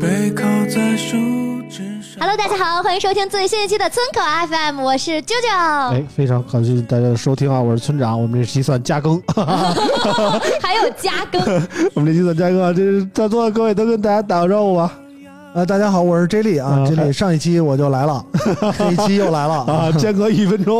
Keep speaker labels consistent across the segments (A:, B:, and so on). A: 背靠在树枝
B: 嗯
A: 上。
C: Hello，大家好，欢迎收听最新一期的村口 FM，我是啾啾，
B: 哎，非常感谢大家的收听啊！我是村长，我们这期算加更， 哎
C: 还有加更，
B: 我们这期算加更啊！这是在座的各位都跟大家打个招呼吧。
D: 啊，大家好，我是 J 莉啊
B: 啊
D: ，J 莉上一期我就来了，这一期又 来了
B: 啊，，间隔一分 钟，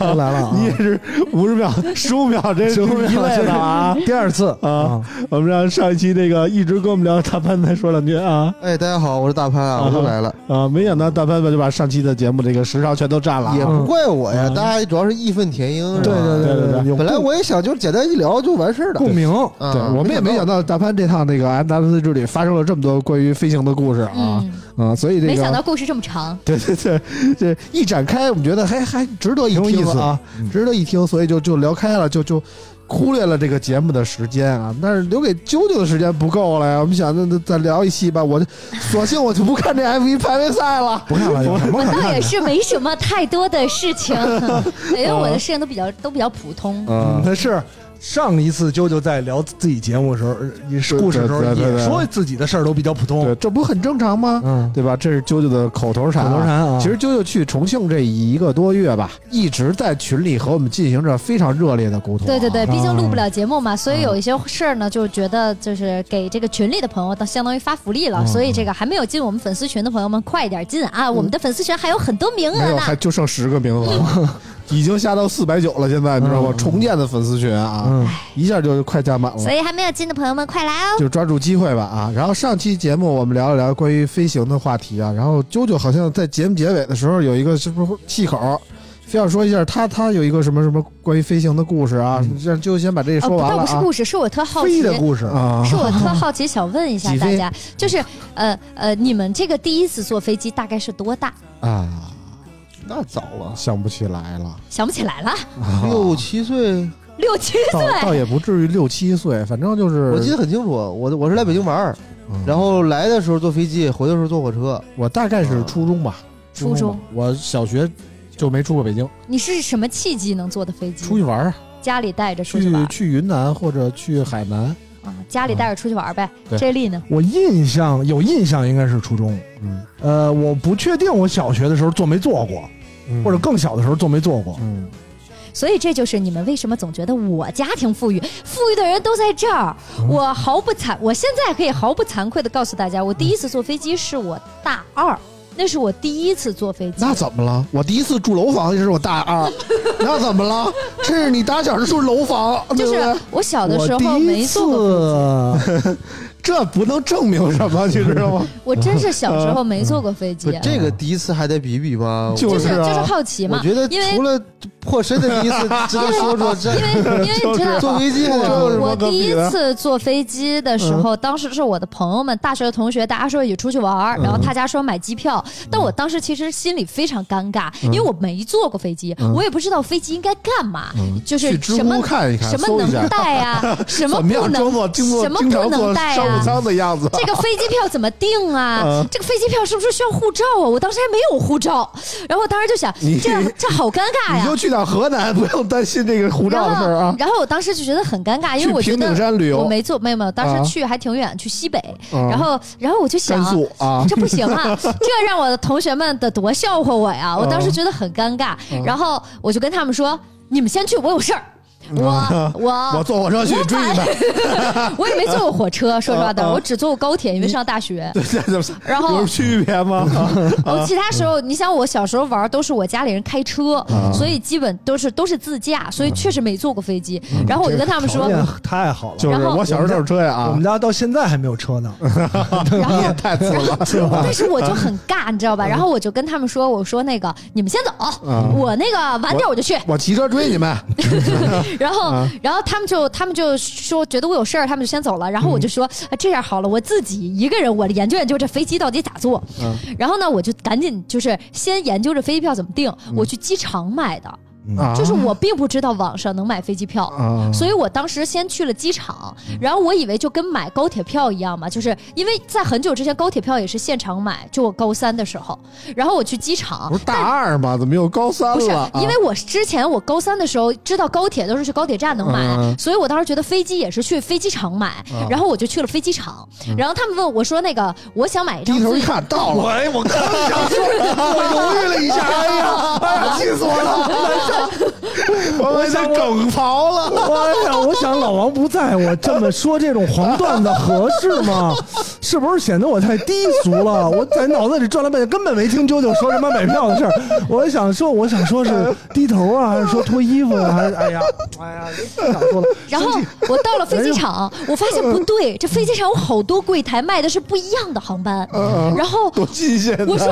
D: 又来了啊，
B: 你也是五十秒、十五秒，这是
D: 15秒
B: 一类的啊。
D: 第二次
B: 啊，我们让上一期那个一直跟我们聊的大潘再说两句啊
E: 哎，大家好，我是大潘啊，我又来了，
B: 啊！没想到大潘吧就把上期的节目这个时长全都占了
E: 也
B: 啊，
E: 不怪我呀，
B: 嗯
E: 大家主要是义愤填膺，是
D: 对
E: 吧
D: 对
B: 对对
D: 对
B: 对
D: 有
E: 本来我也想就是简单一聊就完事儿了，
D: 共鸣，
E: 啊
B: 对，我们也没想到大潘这趟那个 M W 之旅发生了这么多关于飞行的故事 啊
C: 嗯，
B: 啊，所以这个
C: 没想到故事这么长，
B: 对对对，这一展开，我们觉得还还值得一
D: 挺有
B: 听
D: 意思
B: 啊，值得一听，所以就就聊开了，就就忽略了这个节目的时间啊。但是留给啾啾的时间不够了呀，我们想那那再聊一期吧，我就索性我就不看这 F 一排位赛了。
D: 不看 了，有什么可
C: 倒
D: 看
C: 也
D: 的？
C: 是没什么太多的事情， 因为
B: 哦
C: 我的事情都比较都比较普通，
D: 嗯，他是上一次啾啾在聊自己节目的时候，呃也是
B: 对
D: 故事的时候
B: 对对对
D: 也
B: 对
D: 说自己的事儿都比较
B: 对，
D: 普通，
B: 这不很正常吗？
D: 嗯，
B: 对吧？这是啾啾的口头禅、
D: 口
B: 啊。
D: 头禅啊，
B: 其实啾啾去重庆这一个多月吧，一直在群里和我们进行着非常热烈的沟通、
C: 对对对，，毕竟录不
D: 啊
C: 了节目
B: 哦
C: 嘛，所以有一些事儿呢，就觉得就是给这个群里的朋友，当相当于发福利
B: 哦
C: 了。
D: 嗯
C: 所以这个还没有进我们粉丝群的朋友们，快一点进啊！我们的粉丝群还有很多名
B: 嗯没
C: 额
B: 有，
C: 呢
B: 还。就剩十个名 额，已经下到四百九了。现在你知道吗？
D: 嗯
B: 重建的粉丝群啊，
E: 哎
D: 嗯，
B: 一下就快加满了
C: 所。以还没有进的朋友们，快来哦！
B: 就抓住机会吧啊！然后上期节目我们聊了聊关于飞行的话题啊，然后啾啾好像在节目结尾的时候有一个是不是气口，非要说一下他他有一个什么什么关于飞行的故事啊，让啾啾先把这个
C: 呃，
B: 说
C: 不
B: 完
C: 倒
B: 了
C: 不是
B: 啊
C: 故事，是我特好奇
D: 飞，的故事，
B: 啊
C: 是我 特好奇，想问一下
B: 起
C: 大
B: 飞
C: 家，就是呃呃，你们这个第一次坐飞机大概是多大？
B: 啊，
E: 那早了，
B: 想不起来 了，
C: 想不起来了，
E: 六七岁，
C: 六七
B: 倒倒
C: 岁。
B: 也不至于六七岁，反正就是
E: 我记得很清楚，我我是来北京玩儿，
B: 嗯
E: 然后来的时候坐飞机，回的时候坐火车，
B: 我大概是初中吧，
C: 初中嗯
B: 吧，我小学就没出过北京，
C: 你是什么契机能坐的飞机
B: 出？去玩儿啊，
C: 家里带着出去玩
B: 去去云南或者去海南，
C: 啊？家里带着出去玩呗。
B: 对
C: 这丽呢？
D: 我印象有印象应该是初中，
B: 嗯，
D: 呃，我不确定我小学的时候做没做过，
E: 嗯
D: 或者更小的时候做没做 过，
B: 嗯，
C: 所以这就是你们为什么总觉得我家庭富裕，富裕的人都在这儿。我毫不惭，我现在可以毫不惭愧的告诉大家，我第一次坐飞机是我大二，那是我第一次坐飞机。
B: 那怎么了？我第一次住楼房也是我大 二，那怎么了？这是你打小是住楼房，
C: 就
B: 对不
C: 是
B: 对
C: 我小的时候
D: 我第
C: 没
D: 一
C: 坐过
E: 呃
D: 次，
B: 这不能证明什么，你知道吗？
C: 飞机，我真是小时候没坐过飞
E: 不
C: 机，啊
E: 这个第一次还得比比吗？
B: 嗯就
C: 就是是
B: 啊
C: 就是好奇
E: 我
C: 嘛。
E: 觉得
C: 因为
E: 除了破身的第一次值得说 说，这
C: 因为因为你知道，
E: 坐飞机还得说
B: 有什
C: 我
B: 么
C: 我
B: 可
C: 第
B: 比嗯
C: 一
B: 的
C: 次坐飞机的时候，当时是我的朋友们，大学的同学，大家说一起出去玩儿，
B: 嗯
C: 然后他家说买机票，但我当时其实心里非常尴尬，因
B: 嗯
C: 为我没坐过飞机，我也不知道飞机应该干嘛，就
B: 嗯
C: 是
B: 去知
C: 什么
B: 乎看一看，
C: 什么
B: 搜一下
C: 能，带 啊，什么
B: 怎么
C: 不
B: 样装作
C: 能，
B: 经过
C: 什么
B: 经常
C: 不能
B: 坐
C: 带
B: 商务
C: 啊。
B: 舱的样 子。
C: 这个飞机票怎么定啊
B: 嗯？
C: 这个飞机票是不是需要护照啊？我当时还没有护照，然后我当时就想
B: 你，
C: 这这好尴尬
B: 你就
C: 呀。
B: 去趟河南，不用担心这个护
C: 然
B: 照的事儿
C: 后
B: 啊，。
C: 然后我当时就觉得很尴尬，因
B: 去
C: 为我觉
B: 平
C: 得
B: 顶山旅游，
C: 我没做，没有没有，当
B: 啊
C: 时去还挺远，去西北，
B: 嗯
C: 然后然后我就想
B: 甘。肃啊，
C: 这不行 啊！这让我的同学们得多啊
B: 嗯
C: 笑话我呀！我当时觉得很尴尬，然后我就跟他们说：“你们先去，我有事儿。”
B: 嗯
C: 我
F: 我
C: 我
F: 坐火车去追你们，
C: 我也没坐过火车，说实话，但
B: 嗯
F: 啊啊
C: 我只坐过高铁，因为上大学。
F: 这这这
C: 然
F: 有
C: 后
F: 区别 吗？啊
C: 我哦其他时候，
F: 嗯
C: 你想我小时候玩都是我家里人开车，
F: 啊
C: 所以基本都是都是自驾，所以
F: 嗯
C: 确实没坐过飞机。然后我就跟他们
D: 条
C: 说，
D: 件太好了。
F: 就是我小时候就是这样
D: 我
F: 啊
D: 们，家到现在还没有车呢，
E: 啊
C: 然后
F: 你也太次了，是吧？
C: 但是我就很尬，你知道吧？然后我就跟他们说，我说那个你们先走，
F: 嗯
C: 我那个晚点我就 去。
F: 我嗯骑车追你们，
C: 然后，然后他们就他们就说觉得我有事儿，他们就先走了。然后我
F: 嗯
C: 就说啊这样好了，我自己一个人我研究研究这飞机到底咋坐。
F: 嗯
C: 然后呢，我就赶紧就是先研究这飞机票怎么定，我去机场买的，
F: 嗯啊
C: 就是我并不知道网上能买飞机票。
F: 啊，
C: 所以我当时先去了机场，然后我以为就跟买高铁票一样嘛，就是因为在很久之前高铁票也是现场买，就我高三的时候，然后我去机场
F: 不，是大二吗？怎么又高三
C: 不是
F: 了啊？
C: 因为我之前我高三的时候知道高铁都是去高铁站能买，
F: 嗯啊
C: 所以我当时觉得飞机也是去飞机场买，然后我就去了飞机场，然后他们问我说那个我想买一张
F: 嗯低头
C: 自
F: 一
C: 由
F: 看到了，
D: 哎，我刚想 说，
F: 我犹豫了一下，哎呀，哎呀，气死我 了！我这梗刨了，
D: 哎呀，我想老王不在，我这么说这种黄段子合适吗？ 是不是显得我太低俗了？我在脑子里转了半天，根本没听啾啾说什么买票的事儿。我想说，我想说是低头啊，还是说脱衣服呀、还是哎呀，哎呀，不想说了。
C: 然后我到了飞机场，
F: 哎
C: 我发现不对，这飞机场有好多柜台卖的是不一样的航班，
F: 嗯
C: 然后
F: 多新鲜！
C: 我说，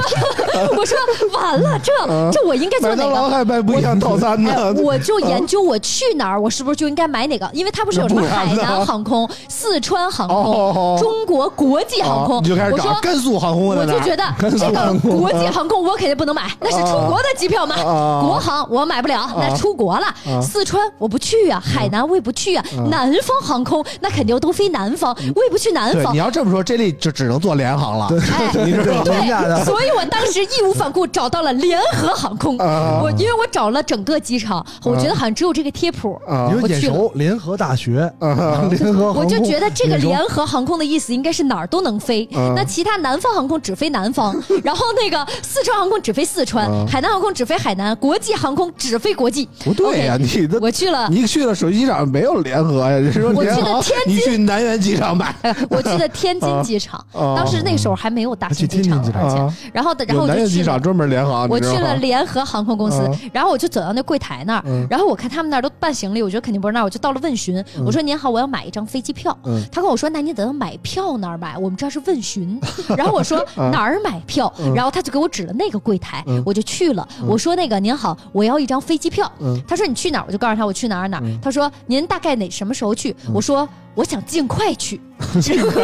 C: 我说完了，这
F: 嗯
C: 这我应该坐
F: 麦
C: 哪
F: 当劳
C: 个？
F: 还卖不一样套餐
C: 哎
F: 呢，，
C: 我就研究我去哪儿，我是不是就应该买哪个？因为它不是有什么
F: 嗯那不然
C: 海
F: 呢
C: 南航空、四川航
F: 哦
C: 空、中国国际航
F: 啊
C: 空，
F: 你就开始
C: 我
F: 找
C: 说，
F: 甘肃航空
C: 我
F: 在哪
C: 就
F: 儿？
C: 觉得这个国际航空我肯定不能买，那是出国的机票嘛。
F: 啊
C: 国航我买不了，那出国了。四川我不去呀，海南我也不去呀。
F: 嗯
C: 南方航空那肯定都飞南方，我也不去南
F: 对，
C: 方
F: 你。要这么说，这里就只能做联航了。
C: 哎， 对，所以我当时义无反顾找到了联合航空，
F: 啊
C: 我因为我找了整个机场，我觉得好像只有这个贴谱，
F: 啊
D: 你就
C: 我
D: 眼
C: 去了。
D: 熟，联合大学，联合航空
C: 我就觉得这个
D: 眼熟
C: 联合航空的意思应该是哪儿都能飞，
F: 啊
C: 那其他南方航空只飞南 方，然后那个四川航空只飞四川，海南航空只飞海南，国际航空只飞国际。
F: 啊不对呀，
C: OK，
F: 你的
C: 我去了，
F: 你去了手机机场没有联合呀？人家说
C: 我去
F: 联
C: 的
F: 航
C: 天，津
F: 你去南园机场买。
C: 哎，我去的天津机场，
F: 啊
C: 当时那时候还没有大型
D: 去
C: 机
D: 天
C: 场
D: 津
C: 呢，
D: 机
C: 而且
F: 啊，
C: 然后然后
F: 有
C: 我
F: 南
C: 就
F: 苑
C: 去
F: 机
C: 了
F: 场专门联航，
C: 我
F: 啊你知
C: 去
F: 道吗
C: 了联合航空公司
F: 嗯，
C: 然后我就走到那柜台那儿，然后我看他们那儿都办行李，我觉得肯定不是那儿，我就到了问询，
F: 嗯
C: 我说您好，我要买一张飞机票。他跟我说，那您得到买票那儿买，我们这儿是问询。然后我说
F: 嗯
C: 哪儿买票，然后他就给我指了那个柜台，我就去了。
F: 嗯
C: 我说那个您好，我要一张飞机票。他说你去哪儿，我就告诉他我去哪儿哪
F: 嗯
C: 儿。他说您大概哪什么时候去？我说我想尽快去。然后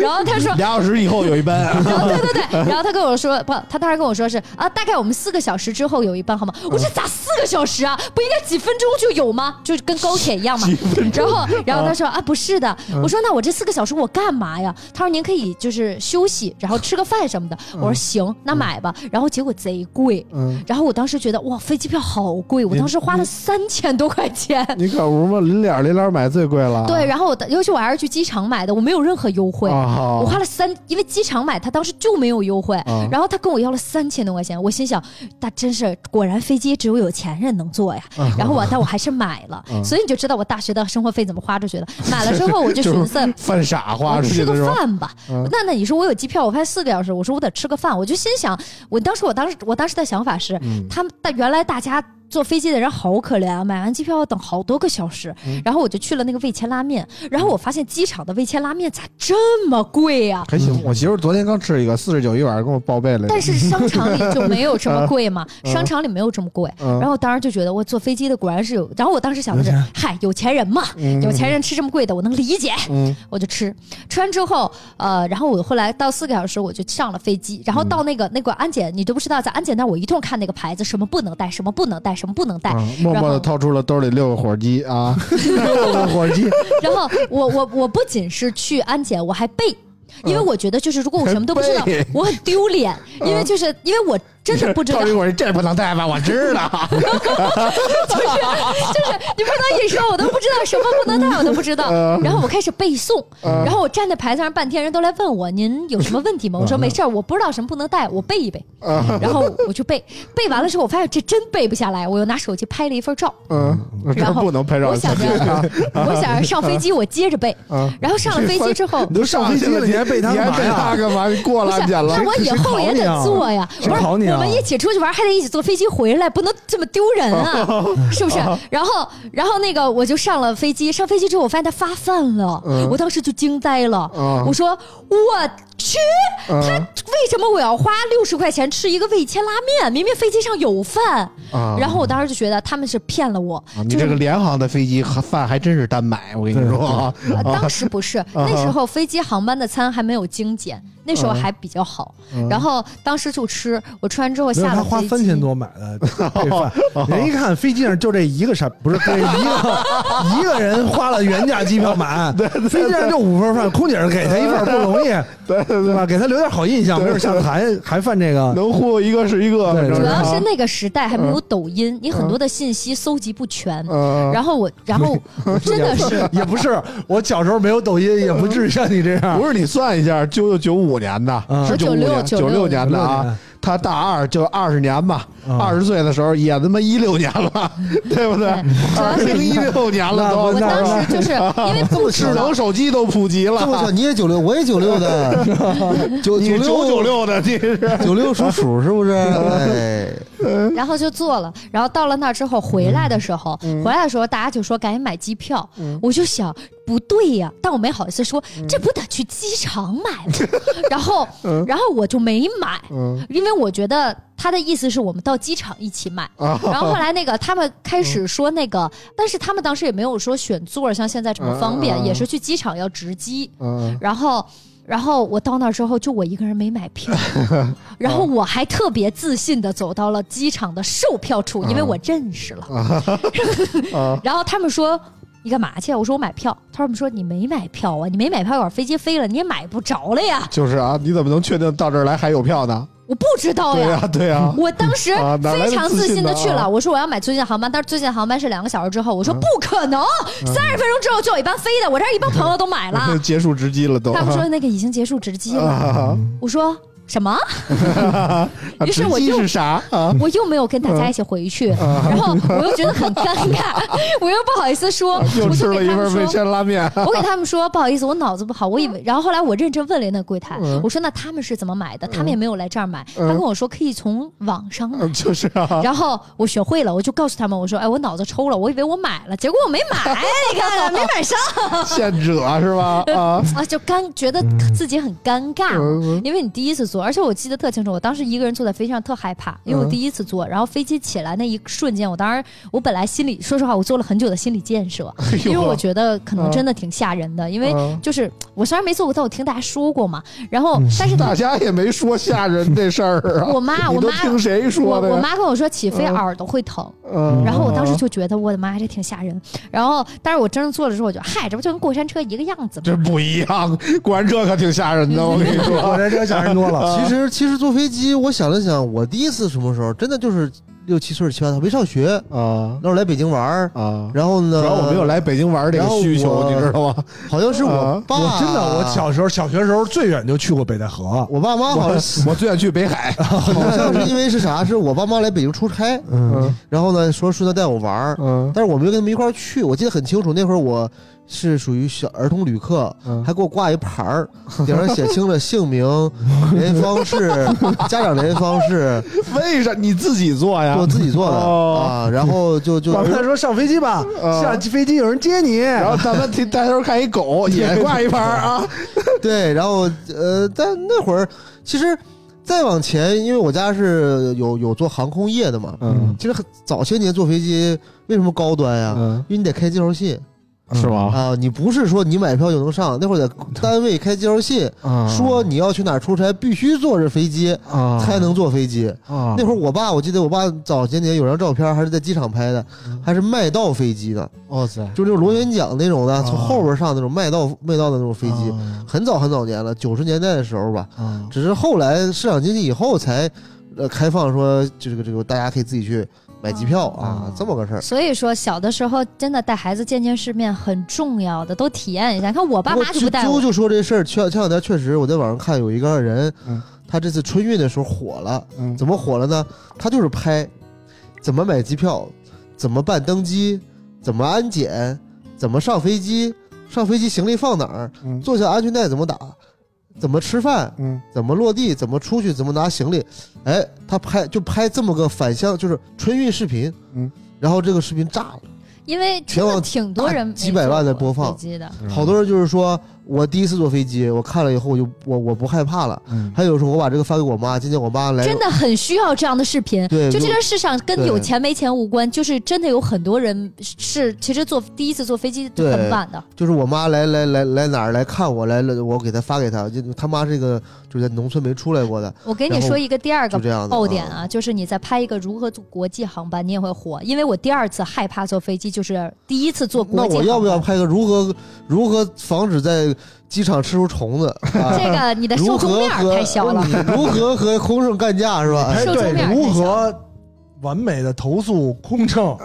C: 然后他说
F: 俩小时以后有 一班。啊
C: 然后哦对对 对，然后他跟我说不，他当时跟我说是啊，大概我们四个小时之后有一班好
F: 嗯
C: 吗？我说咋四个小时啊？不应该几分钟就有吗？就是跟高铁一样嘛。然后然后他说啊不是的，
F: 嗯
C: 我说那我这四个小时我干嘛呀？他说您可以就是休息，然后吃个饭什么的。
F: 嗯
C: 我说行，那买吧。然后结果贼贵，然后我当时觉得哇，飞机票好贵，我当时花了三千多块钱。
F: 你可不是吗？临了临了买最贵了。
C: 对，然后我的，尤其我还是去机场买的，我没有任何优惠，
F: 啊
C: 我花了三，因为机场买它当时就没有优惠，
F: 啊
C: 然后他跟我要了三千多块钱，我心想，那真是果然飞机只有有钱人能坐呀。
F: 嗯
C: 然后我，但我还是买 了，所以你就知道我大学的生活费怎么花出去的。买了之后我就
F: 就是
C: 寻思。哎
F: 犯傻花
C: 我
F: 出
C: 吃
F: 去的啊时
C: 个
F: 候，
C: 饭吧，那那你说我有机票，我拍四个小时，我说我得吃个饭，我就心想，我当时我当时我当时的想法是，
F: 嗯
C: 他们但原来大家坐飞机的人好可怜啊，买完机票要等好多个小时，
F: 嗯
C: 然后我就去了那个味千拉面，然后我发现机场的味千拉面咋这么贵啊呀、
F: 还行。我媳妇儿昨天刚吃一个四十九一碗，跟我报备了。
C: 但是商场里就没有这么贵 嘛，商场里没有这么贵。
F: 嗯
C: 然后当时就觉得我坐飞机的果然是有，然后我当时想的是，嗨，有钱人嘛，
B: 嗯
F: 嗯
C: 有钱人吃这么贵的我能理解，我就吃。吃完之后，呃，然后我后来到四个小时我就上了飞机，然后到那个
F: 嗯
C: 那个安检，你都不知道在安检那儿我一通看那个牌子，什么不能带，什么不能带，什么不能带，
F: 啊，默默
C: 然后
F: 的掏出了兜里六个火鸡啊，六个火鸡，
C: 然后我我我不仅是去安检， 我还背。因为我觉得，就是如果我什么都不知道
F: 还背，
C: 我很丢脸。因为就是因为我真的 不知道，
B: 赵
C: 就是
B: 云我说这不能带吧？我知道，
C: 就是你不能一说，我都不知道什么不能带，我都不 知道。
B: 嗯
C: 然后我开始背诵，然后我站在牌子上半天，人都来问我您有什么问题吗？我说没事儿，我不知道什么不能带，我背一背。
B: 嗯
C: 然后我就背，背完了之后，我发现这真背不下来，我又拿手机拍了一份照。
B: 嗯， 这
C: 然后
B: 不能拍照
C: 我想着，我想着上飞机我接着背，
B: 啊！
C: 然后上了飞机之 后
D: 你。都上飞机了，你还背他
B: 你还
D: 干嘛
B: 背他
D: 呀？
B: 干嘛？你过
C: 不
B: 了
C: 是，啊
B: 安检了
C: 那，我 以后也得做呀。
D: 谁
C: 不是，
D: 考你啊
C: 我们一起出去玩，还得一起坐飞机回来，不能这么丢人啊，是不是？然后，然后那个我就上了飞机，上飞机之后我发现他发饭了，我当时就惊呆了，
B: 嗯
C: 我说我去，他为什么我要花六十块钱吃一个味千拉面？明明飞机上有饭。
B: 啊
C: 然后我当时就觉得他们是骗了我，
B: 啊你
C: 就
B: 这
C: 是
B: 个联航的飞机和饭还真是单买，我跟你说啊，
C: 呃当时不是，那时候飞机航班的餐还没有精简，那时候还比较好。然后当时就吃，我吃完之后
D: 没有，
C: 下
D: 他
C: 了
D: 花
C: 飞
D: 三千
C: 机，
D: 多买的 配饭，人一看飞机上就这一个傻，不是跟一个 一个人花了原价机票买，飞机上就五份饭，空姐给他一份不容易，
B: 对对
D: 对
B: 对，
D: 吧？给他留点好印象，没准下次还还犯这个。
B: 能忽悠一个是一个，
D: 对
B: 反正
C: 主要
B: 啊
C: 是那个时代还没有抖音，你很多的信息搜集不全。
B: 嗯，
C: 然后我，然后我真的 是
D: 也不是，我小时候没有抖音，也不至于像你这样。
B: 啊不是你算一下，啾啾九五年的，
C: 啊
D: 嗯
B: 是五年
C: 96
B: 六年的
D: 96
B: 啊
D: 年，
B: 他大二就二十年吧，
D: 嗯
B: 二十岁的时候也他妈一六年了， 对啊不对？
C: 主要
B: 二
C: 是
B: 零一六年了都，
C: 我当时就是因为不知
B: 智
C: 道
B: 能，手机都普及
G: 这么巧，
B: 了，
G: 你也九六，我也九六 的，九
B: 你九
G: 九
B: 九
G: 六
B: 六的，你是
G: 九六属鼠是不是？哎，
C: 然后就做了。然后到了那儿之后回来的时候，回来的时候大家就说赶紧买机票，我就想不对呀，但我没好意思说，这不得去机场买吗？然后，然后我就没买。
B: 嗯
C: 因为我觉得他的意思是我们到机场一起买。
B: 啊，嗯
C: 然后后来那个他们开始说那个，但是他们当时也没有说选座儿像现在这么方便，
B: 嗯嗯嗯
C: 也是去机场要值机。
B: 嗯
C: 然后，然后我到那儿之后，就我一个人没买 票，然后
B: 嗯
C: 我还特别自信的走到了机场的售票处，
B: 嗯
C: 因为我认识了。
B: 啊
C: 然后他们说。你干嘛去？我说我买票。他们说你没买票啊，你没买票，一会儿飞机飞了你也买不着了呀。
B: 就是啊，你怎么能确定到这儿来还有票 呢？
C: 我不知道
B: 对啊
C: 呀，
B: 呀，对 呀，
C: 我当时
B: 啊哪来的
C: 非常自信的去
B: 自信呢
C: 了，
B: 啊嗯
C: 我说我要买最近的航班，但是最近的航班是两个小时之后，我说不可能，三十分钟之后就有一班飞的，我这儿一帮朋友都买了。
B: 结束直击了都。
C: 他们说那个已经结束值机了，
B: 嗯 啊，
C: 我说什么？
B: 啊
C: 于是
B: 直
C: 我
B: 击
C: 就是
B: 啥啊？
C: 我又没有跟大家一起回去，然后我又觉得很尴尬，我又不好意思说，
B: 啊又
C: 我
B: 吃
C: 就
B: 了
C: 给
B: 一
C: 他
B: 份啊
C: 们
B: 味
C: 说。
B: 千拉面，
C: 我给他们说不好意思，我脑子不好，我以为，
B: 嗯
C: 然后后来我认真问了那个柜台，我说那他们是怎么买的？他们也没有来这儿买，他跟我说可以从网上买。
B: 嗯就是啊，
C: 然后我学会了，我就告诉他们，我说，哎，我脑子抽了，我以为我买了，结果我没 买，哎你看看没买上，
B: 现者是 吧？啊，
C: 啊，就尴，觉得
B: 嗯
C: 自己很尴尬，因为你第一次坐，而且我记得特清楚，我当时一个人坐在飞机上特害怕，因为我第一次坐，然后飞机起来那一瞬间，我当时我本来心里说实话，我做了很久的心理 建设，因为我觉得可能真的挺吓人的，因为
B: 哎嗯
C: 就是我虽然没坐过，但我听大家说过嘛，然后但是
B: 大家也没说吓人这事儿啊。
C: 我妈
B: 你
C: 我
B: 都
C: 妈
B: 听谁
C: 我
B: 说的呀？
C: 我妈跟我说起飞耳朵会疼。
B: 嗯，
C: 然后我当时就觉得我的妈呀，这挺吓人。然后，但是我真正做了之后，我就嗨，这不就跟过山车一个样子吗？
B: 这不一样， 果然这可挺吓人 的，我跟你
D: 哎我
B: 说。
D: 这这吓人多
B: 啊
D: 了。
G: 其实其实坐飞机，我想了想，我第一次什么时候，真的就是六七岁、七八岁，没上学，
B: 啊
G: 那会儿来北京玩儿，
B: 啊，
G: 然后呢，
B: 主要我没有来北京玩这个需求，你知道 吗？
G: 好像是我
B: 啊
G: 爸，
D: 我真的，我小时候小学时候最远就去过北戴河。
G: 我爸妈好像
B: 我最想去北海。
G: 好 像是因为是啥，是我爸妈来北京出差，
B: 嗯
G: 然后呢说顺带带我玩儿，
B: 嗯
G: 但是我没有跟他们一块儿去，我记得很清楚，那会儿我是属于小儿童旅客，
B: 嗯
G: 还给我挂一牌儿，顶上写清了姓名、联系方式、 家长联系方式，
B: 为啥你自己做呀
G: 我？自己做的
B: 哦
G: 啊，然后就就
D: 我们说上飞机吧，
B: 嗯
D: 下飞机有人接你。
B: 然后咱们抬抬头看一 狗，也挂一牌儿 啊。
G: 对，然后呃，但那会儿其实再往前，因为我家是有有做航空业的嘛，
B: 嗯
G: 其实很早些年坐飞机为什么高端呀？
B: 嗯，
G: 因为你得开介绍信
B: 是吗？
G: 啊，你不是说你买票就能上，那会儿在
B: 嗯
G: 单位开介绍信，
D: 嗯
G: 说你要去哪儿出差，必须坐着飞机
B: 啊
G: 才能坐飞机。
B: 啊
D: 嗯
G: 那会儿我爸，我记得我爸早些年有张照片，还是在机场拍的，
B: 嗯
G: 还是麦道飞机的，
B: 哇塞，
G: 就那种螺旋桨那
B: 啊
G: 种的，从后边上那种麦道麦道的那种飞机，
D: 嗯
C: 嗯
G: 很早很早年了，九十年代的时候吧。
B: 啊
G: 只是后来市场经济以后才呃开放说这个这个大家可以自己去买机票啊
D: 哦，
G: 这么个事儿。
C: 所以说，小的时候真的带孩子见见世面很重要的，都体验一下。你看我爸妈就不带
G: 啾
C: 我，
G: 就说这事儿，前前两天确实我在网上看有一个人
D: 嗯，
G: 他这次春运的时候火了，
D: 嗯，
G: 怎么火了呢？他就是拍怎么买机票，怎么办登机，怎么安检，怎么上飞机，上飞机行李放哪儿，
D: 嗯
G: 坐下安全带怎么打，怎么吃饭，
D: 嗯
G: 怎么落地，怎么出去，怎么拿行李。哎，他拍就拍这么个反向，就是春运视频。
D: 嗯，
G: 然后这个视频炸了，
C: 因为真的挺多人没
G: 哎全网几百万的播放
C: 坐过飞机的，
B: 嗯
G: 好多人就是说我第一次坐飞机，我看了以后我就我我不害怕了。
D: 嗯
G: 还有时候我把这个发给我妈，今天我妈来
C: 真的很需要这样的视频。
G: 对
C: 就
G: 如
C: 这个世上跟
G: 对
C: 有钱没钱无关，就是真的有很多人是其实坐第一次坐飞机都
G: 对
C: 很晚的，
G: 就是我妈来来来来哪儿来看我来了，我给她发给她，就他妈是一个就是在农村没出来过的，
C: 我给你
G: 然后
C: 说一个第二个
G: 就这样的。
C: 爆点啊，就是你在拍一个如何坐国际航班，你也会火。因为我第二次害怕坐飞机，就是第一次坐
G: 那
C: 国际航班。
G: 我要不要拍个如何如何防止在机场吃出虫子？啊
C: 这个你的受
G: 如
C: 众
G: 何
C: 面儿
G: 和嗯
C: 太小了，
G: 如何和空乘干架是吧？
D: 哎，
C: 受众
D: 对
C: 面，儿
D: 如
C: 太小
D: 何完美的投诉空乘，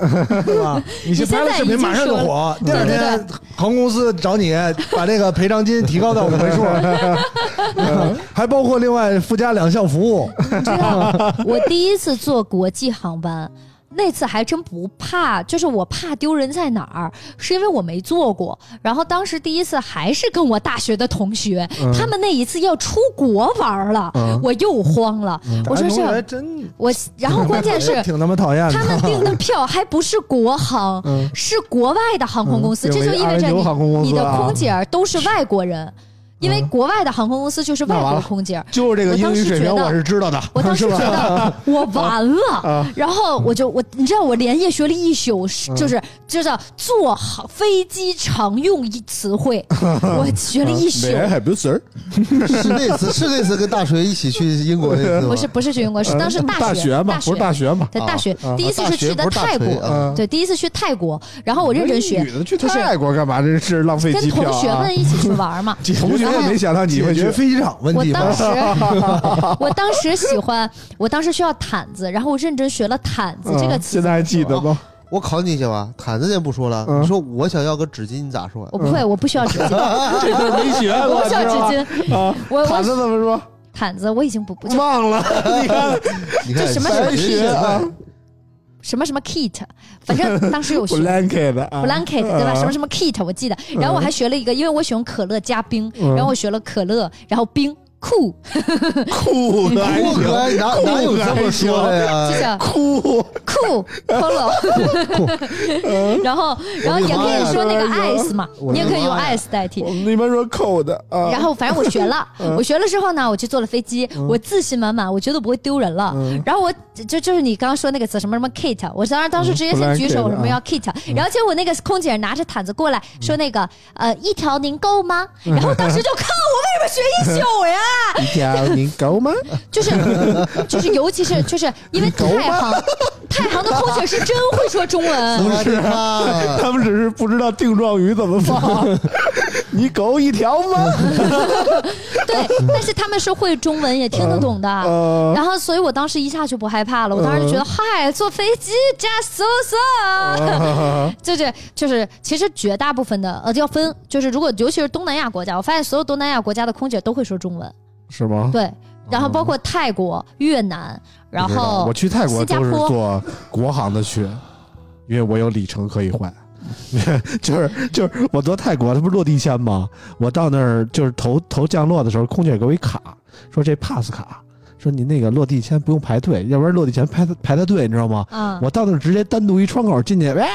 D: 对吧？你去拍了视频，马上就火，第
C: 现在已
D: 二
C: 经说了
D: 天航空公司找你把这个赔偿金提高到五位数， 还包括另外附加两项服务。
C: 你知道， 我第一次坐国际航班。那次还真不怕，就是我怕丢人在哪儿，是因为我没坐过。然后当时第一次还是跟我大学的同学，他们那一次要出国玩了，
G: 嗯哎
C: 我又慌了。我说
D: 这哎还
C: 是，
D: 真，
C: 我然后关 键是
D: 挺他妈讨厌的。
C: 他们订的票还不是国航，
D: 嗯
C: 是国外的航空公司，
D: 嗯
C: 这就意味着
D: 因为
C: 你、
D: 阿联酋航空公司啊
C: 你的空姐儿都是外国人，因为国外的航空公司就是外
D: 那
C: 国
D: 完了
C: 空姐儿。
D: 就是这
C: 个英语水平我是
D: 知道的，
C: 我 当时觉得我完了，然后我就我你知道我连夜学了一宿，是就是就叫做好飞机常用一词汇，我学了一宿。
B: 海不是
G: 是那次是那次跟大锤一起去英国那次 吗？啊
C: 不是不是去英国，是当时
B: 呃大
C: 学
B: 学嘛，不是大学嘛，
C: 对大学第一次
G: 大
C: 是
G: 学
C: 去的
G: 啊不是大
C: 泰
G: 锤
C: 国，嗯
G: 啊
C: 对第一次去泰国，然后我认真学
B: 女，的去泰国干嘛？这是浪费
C: 跟
B: 哎机
C: 同
B: 票
C: 学
B: 啊！
C: 们一哎起去玩嘛。
B: 同学也没想到你
D: 解
B: 会去
D: 决，飞机场问
C: 我
D: 题
C: 当
D: 吧。
C: 时，我当时 喜欢，我当时需要毯子，然后我认真学了毯子这个
B: 嗯
C: 词
B: 现，在还记得吗？
G: 我考你一下吧，毯子先不说了，
B: 嗯
G: 你说我想要个纸巾，你咋说？
C: 我不会，我不需要纸巾，
B: 这字嗯没学
C: 我
B: 过，
C: 不需要纸
B: 你
C: 巾，
B: 哎知道吗？
C: 我
B: 啊，毯
C: 我
B: 子怎么说？
C: 毯子我已经不不
B: 忘了，你看
G: 你看
C: 这什么
G: 白
C: 什么
G: 学啊？
C: 什么什么 kit，反正当时有 学。
B: blanket 啊嗯
C: blanket 对吧？
B: 啊
C: 什么什么 kit 我记得，然后我还学了一个，因为我喜欢可乐加冰，
B: 嗯
C: 然后我学了可乐，然后冰酷，
B: 哎啊酷的还
G: 酷
B: 行
G: 哥，哪
B: 酷
G: 哪有这么说的
C: 就
G: 呀？
C: 是
B: 酷，
C: 酷 polo，然后然后也可以说那个 ice 嘛，
G: 我
C: 你也
G: 的
C: 可以用
G: 妈呀
C: ice 代替
B: 我。们一般说扣的啊。嗯
C: 然后反正我 学了，我学了之后呢，我去坐了飞机，我自信满满，我觉得不会丢人了。
B: 嗯
C: 然后我就就是你刚刚说那个词什么什么 kit，我啊当时当时直接先举手
B: 嗯嗯
C: 什么要 kit，然啊后结果那个空姐拿着毯子过来说那个呃一条您够吗？然后当时就靠我为什么学一宿 呀？
B: 一条您够吗？
C: 就是就是尤其是就是因为太行太行的空姐是真会说中文。
G: 不是 啊，
B: 他们只是不知道定状语怎么放。 你狗一条吗？
C: 对，但是他们是会中文，也
B: 啊
C: 听得懂的。然后，所以我当时一下就不害怕了。我当时就
B: 嗯
C: 觉得，嗨，坐飞机 just so so，就是就是，其实绝大部分的呃要分，就是如果尤其是东南亚国家，我发现所有东南亚国家的空姐都会说中文，
B: 是吗？
C: 对。然后包括泰国、越南，然
B: 嗯不知道
C: 后
B: 我去泰国
C: 新加
B: 都是
C: 坡
B: 坐国航的去，因为我有里程可以换。 就是就是我坐泰国，它不是落地签吗？我到那儿就是头头降落的时候，空姐给我一卡，说这 pass 卡，说您那个落地签不用排队，要不然落地前排排的队，你知道吗？
C: 嗯，
B: 我到那儿直接单独一窗口进去，哎，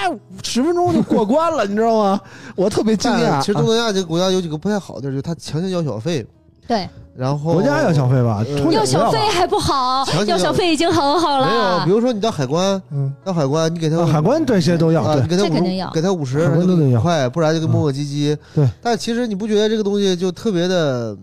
B: 十分钟就过关 了，你知道吗？我特别惊
G: 但
B: 讶。
G: 其实
B: 啊
G: 东南亚这个国家有几个不太好的地儿，就是他强行要小费，
C: 对，
G: 然后
D: 国家要小费吧，
G: 呃
D: 托
C: 要小费
D: 吧
C: 还不好
G: 强，行
C: 要
G: 要
C: 小费已经很好
G: 没有，
C: 了
G: 比。如说你到海关，
D: 嗯，
G: 到海关你给他
D: 啊海关这些都要
G: 啊，
D: 对
G: 你。给他
C: 这肯
G: 五
C: 定要嗯
G: 给他五十，
D: 很多都得要
G: 快，不然就跟磨磨唧唧。
D: 对，
G: 但其实你不觉得这个东西就特别的，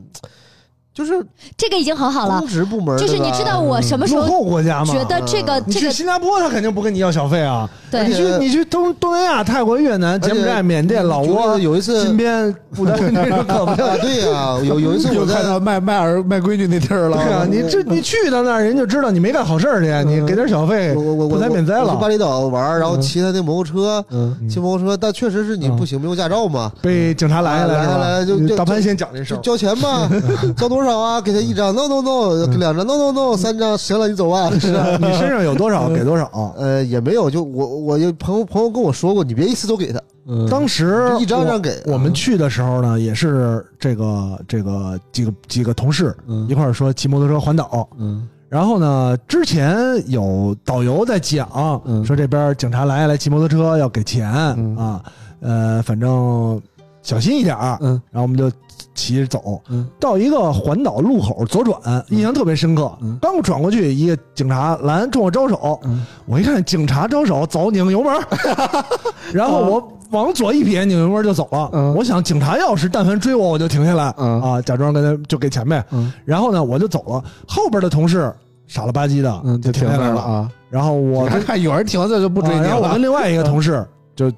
G: 就是
C: 这个已经很好了
G: 公。职部门，
C: 就是
G: 对吧
C: 你知道我什么时
D: 落
C: 候
D: 后国
B: 嗯
D: 家嘛。
C: 觉得这个
D: 你
C: 这
D: 去
C: 个
D: 新加坡，他肯定不跟你要小费啊。你
C: 对，
D: 去你去东东南亚，泰国、越南、柬埔寨、缅甸、哎老挝、
G: 有呃一次
D: 金边、不丹，这个 可不
G: 啊，对呀、有有一 次
B: 又
G: 我
B: 看
G: 在
B: 到卖卖儿卖闺女那地儿了。
D: 对啊，你这你去到那儿，人就知道你没干好事儿去，你给点小费
G: 呃我我我
D: 不
G: 我
D: 太免灾
G: 我去巴
D: 了。
G: 厘岛玩儿，然后骑他那摩托车，
D: 嗯，
G: 骑摩托车，但确实是你不行，没有驾照嘛，
D: 被警察拦下
G: 拦
D: 来
G: 下
D: 了，
G: 啊来就就
D: 大潘先讲这事
G: 就
D: 儿。
G: 交钱吧， 交多少啊？给他一张，no no no，两张，no
D: 嗯
G: no no，三张，行了，你走吧。是啊，
D: 你身上有多少给多少。
G: 呃，也没有，就我我有朋友朋友跟我说过，你别一次都给他，
D: 当时
G: 嗯就一张张给。嗯
D: 我们去的时候呢，也是这个这个几个几个同事
G: 嗯
D: 一块儿说骑摩托车环岛，
B: 嗯
D: 然后呢，之前有导游在讲，
B: 嗯
D: 说这边警察来来骑摩托车要给钱、
B: 嗯
D: 啊，呃，反正小心一点儿。
B: 嗯
D: 然后我们就骑着走，
B: 嗯
D: 到一个环岛路口左转，印象特别深刻。
B: 嗯
D: 刚转过去，一个警察拦冲我招手，
B: 嗯
D: 我一看警察招手，走，拧油 门儿，然后我往左一撇，拧油门儿就走了。
B: 嗯
D: 我想警察要是但凡追我，我就停下来、
B: 嗯
D: 啊，假装跟他就给钱呗。
B: 嗯
D: 然后呢，我就走了。后边的同事傻了吧唧的，
B: 嗯，就停
D: 停
B: 那
D: 下来
B: 儿
D: 了
B: 了啊！
D: 然后我
B: 还看有人停这就不追
D: 啊
B: 你
D: 然后我
B: 了
D: 跟。另外一个同事就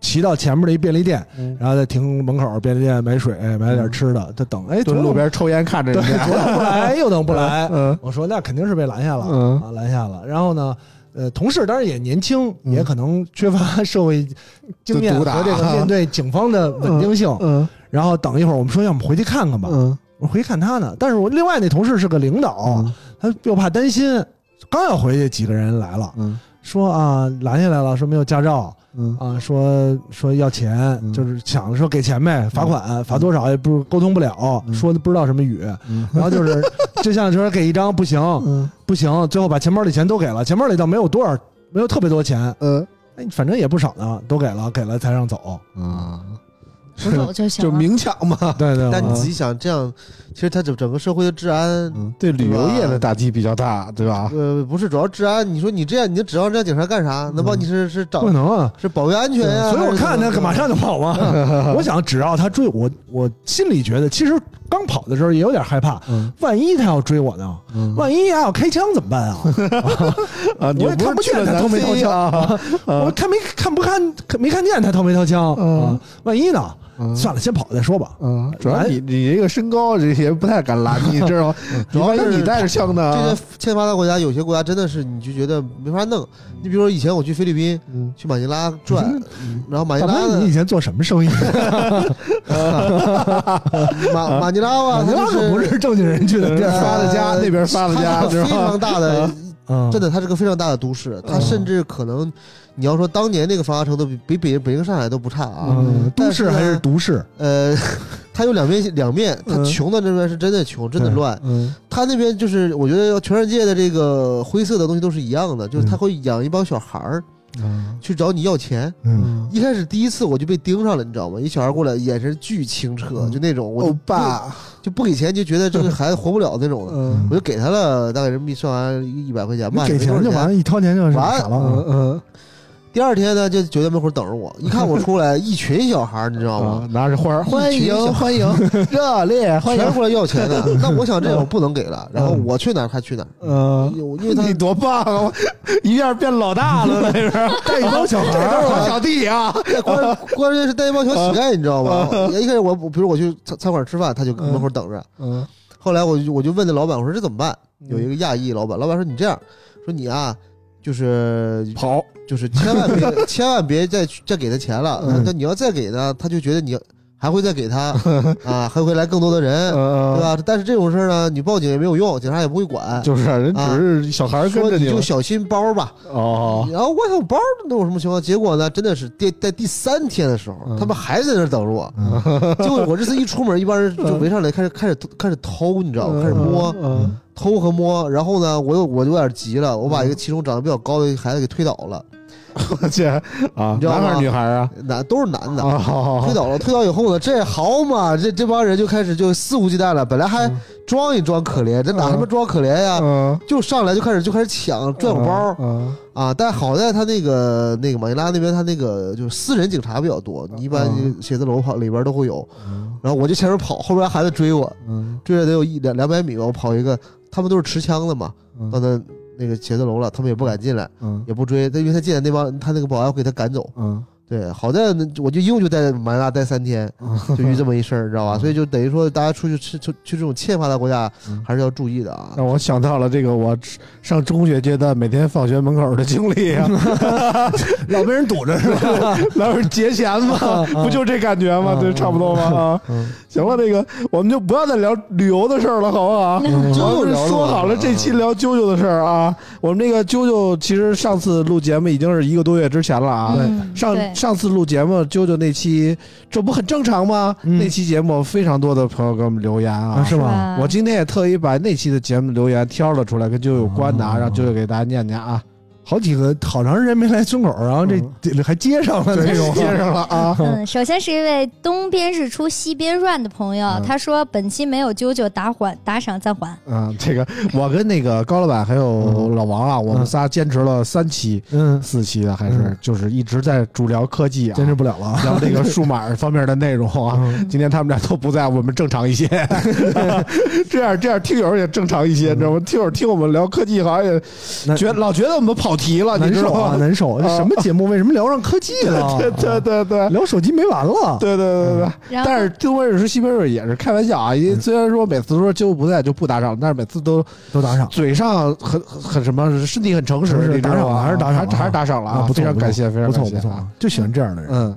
D: 骑到前面的一便利店，
B: 嗯
D: 然后在停门口便利店买水、买点吃的。他等，哎，
B: 蹲路边抽烟看着人
D: 怎么
B: 家，
D: 左等不 来，右等不来。
B: 嗯
D: 我说那肯定是被拦下了、
B: 嗯
D: 啊，拦下了。然后呢？呃，同事当然也年轻，也可能缺乏社会经验
B: 毒
D: 和
B: 嗯打
D: 这个面对警方的稳定性。
B: 嗯
D: 然后等一会儿，我们说要么回去看看吧。
B: 嗯哦
D: 我回去看他呢，但是我另外那同事是个领导，啊他又怕担心，刚要回去，几个人来了，
B: 嗯
D: 说啊拦下来了，说没有驾照
B: 嗯
D: 啊，说说要钱，
B: 嗯
D: 就是想说给钱呗，罚款、罚多少也不沟通不了，
B: 嗯
D: 说的不知道什么语，
B: 嗯
D: 然后就是 就像说给一张不行
B: 嗯
D: 不行，最后把钱包里钱都给了，钱包里倒没有多少，没有特别多钱，
B: 嗯
D: 哎，反正也不少呢，都给了，给了才让走。
B: 嗯，
C: 扶手就行
B: 就
C: 了。
B: 明抢嘛。
D: 对对，
G: 但你
D: 嗯
G: 仔细想，这样其实它整整个社会的治安，
B: 嗯，对旅游业的打击比较大，对吧？
G: 呃，不是主要治安。你说你这样，你就指望这样警察干啥？能帮你是是
D: 嗯
G: 找
D: 不可能啊。
G: 是保卫安
B: 哎
G: 全呀？
D: 所以我看他马上就跑嘛。 我想只要他追我，我心里觉得其实刚跑的时候也有点害怕，
B: 嗯
D: 万一他要追我呢？万一他要开枪怎 么办啊？
B: 啊，你
D: 我也看不见他掏没掏枪，啊我看没看不看看没看见他掏没掏枪
B: 嗯
D: 啊？万一呢？算了，先跑再说吧。
B: 嗯，主要你你这个身高这些不太敢拦，你知道吗？
G: 主要
B: 万一
G: 是
B: 你带着枪啊呢？
G: 这些欠发达国家，有些国家真的是你就觉得没法弄。你比如说以前我去菲律宾，
B: 嗯
G: 去马尼拉转，然后马尼
D: 大
G: 拉
D: 潘，你以
G: 呢，
D: 前做什么生意？
G: 马马尼拉吧，
D: 你
G: 它
D: 那可不
G: 就是呃
D: 正经人去的地
B: 这
D: 儿。
B: 发的家那边发的家，
G: 它是
B: 知
G: 个非
B: 道吗？
G: 常大的，
D: 嗯，
G: 真的，它是个非常大的都市。它甚至可能，你要说当年那个繁华程度比比北北京、上海都不差啊。
D: 嗯，都市还是都市？
G: 呃，它有两面两面，它
D: 嗯
G: 穷的那边是真的穷，真的
D: 对
G: 乱。
D: 嗯
G: 它那边就是，我觉得全世界的这个灰色的东西都是一样的，就是它会养一帮小孩儿去找你要钱。
D: 嗯，
G: 一开始第一次我就被盯上了，你知道吗？一小孩过来，眼神巨清澈，就那种我
B: 欧
G: 就不
B: 巴，
G: 就不给钱，就觉得这个孩子活不了那种的。
B: 嗯
G: 我就给他了，大概人民币算完一百块钱
D: 你
G: 吧，
D: 给
G: 也没多
D: 钱
G: 少
D: 就完了，一掏钱就是傻了。啊
B: 嗯嗯
G: 第二天呢，就酒店门口等着我，一看我出来，一群小孩，你知道
B: 啊，
G: 吗？
B: 拿着花儿，
G: 欢迎
B: 欢迎，热烈
G: 全，过来要钱的。 那我想这我不能给了，然后我去哪儿他去哪儿，哎
B: 嗯。
G: 因为因为他
B: 你多棒啊！我 一下变老大了，那是带一帮小孩儿，都是 我小弟啊。
G: 关关键是带一帮小乞丐，你知道吗？一开始我我比如我去餐餐馆吃饭，他就门口等着。
B: 嗯
G: 后来我就我就问那老板，我说这怎么办？有一个亚裔老板，老板说你这样，说你啊，就是
B: 跑，
G: 就是千万 别千万别再去再给他钱了，
B: 嗯
G: 那你要再给呢，他就觉得你还会再给 他啊，还会来更多的人，对
B: 嗯，
G: 吧？但是这种事儿呢，你报警也没有用，警察也不会管。
B: 就是人只是小孩儿跟
G: 啊说
B: 着
G: 你
B: 了
G: 就小心包吧，
B: 哦，
G: 然后我想包那有什么情况？结果呢，真的是第在第三天的时候，
B: 嗯
G: 他们还在那儿等着我。结果我这次一出门，一帮人就围上来，开始开始开始偷，你知道吗？开始摸，
B: 嗯
G: 偷和摸，然后呢，我又我就有点急了，我把一个其中长得比较高的一个孩子给推倒了，
B: 我去啊
G: 你，知道
B: 男
G: 吗
B: 孩儿女孩儿啊？
G: 男都是男的，
B: 啊，好好
D: 哦
G: 推
B: 好，
G: 倒了，推倒以后呢，这好嘛，这这帮人就开始就肆无忌惮了，本来还
B: 嗯
G: 装一装可怜，这哪他妈装可怜呀？
D: 嗯，
G: 就上来就开始就开始抢拽我包、
D: 嗯，
G: 啊！但好在他那个那个马尼拉那边，他那个就是私人警察比较多，你一般
D: 嗯
G: 写字楼跑里边都会有。
D: 嗯
G: 然后我就前面跑，后边孩子追我，
D: 嗯
G: 追了得有一两两百米吧。我跑一个，他们都是持枪的嘛，
D: 嗯
G: 到那那个写字楼了，他们也不敢进来，
D: 嗯
G: 也不追，他因为他进来那帮他那个保安会给他赶走。
D: 嗯
G: 对，好在呢我就一共就在马尼拉待三天，就遇这么一事儿，你知道吧？所以就等于说，大家出去去去去这种欠发达国家
D: 嗯，
G: 还是要注意的啊。
B: 让我想到了这个我上中学阶段每天放学门口的经历 啊，
D: 老被人堵着是吧？
B: 老是节前
G: 啊
B: 嘛，不就这感觉吗？
D: 嗯
B: 对，差不多吗？啊，行了，这个我们就不要再聊旅游的事儿了，好不 好？我们说好了，这期聊啾啾的事儿啊。我们这个啾啾，其实上次录节目已经是一个多月之前了啊。
C: 嗯
B: 上
C: 对
B: 上次录节目，啾啾那期，这不很正常吗？
D: 嗯
B: 那期节目非常多的朋友给我们留言啊
D: 啊，，是吗？
C: 吧
B: 我今天也特意把那期的节目留言挑了出来，跟啾啾有关的啊，
D: 哦
B: 让啾啾给大家念念啊。
D: 好几个，好长时间没来村口，然后这这还接上了那种，
B: 接上了 啊，
C: 嗯，首先是一位东边日出西边乱的朋友，
D: 嗯
C: 他说本期没有啾啾打缓打赏暂缓，
B: 嗯，这个我跟那个高老板还有老王啊，我们仨坚持了三期、
D: 嗯，
B: 四期的，还是
D: 嗯
B: 就是一直在主聊科技啊，
D: 坚持不了了啊。
B: 聊这个数码方面的内容啊。
D: 嗯
B: 今天他们俩都不在，我们正常 一些，这样这样听友也正常一些，你知道吗？听友听我们聊科技好像也
D: 那
B: 觉老觉得我们跑题了，你
D: 难
B: 知
D: 受
B: 道
D: 啊，
B: 吗？
D: 难受！这什么节目？为什么聊上科技了？
B: 对对对对。
D: 聊手机没完了。
B: 对对对对对，
C: 然后
B: 但是东北日出西北日也是开玩笑啊，因为
D: 嗯
B: 虽然说每次说就不在就不打赏，但是每次都
D: 都打赏。
B: 嘴上很很很什么，身体很诚实
D: 不，是
B: 你知道
D: 打赏了
B: 吗？
D: 还是打赏了
B: 还是打赏了
D: 啊不错
B: 非常
D: 不错
B: 感谢，非常
D: 不错
B: 感谢
D: 不错
B: 啊，，
D: 就喜欢这样的人。
B: 嗯，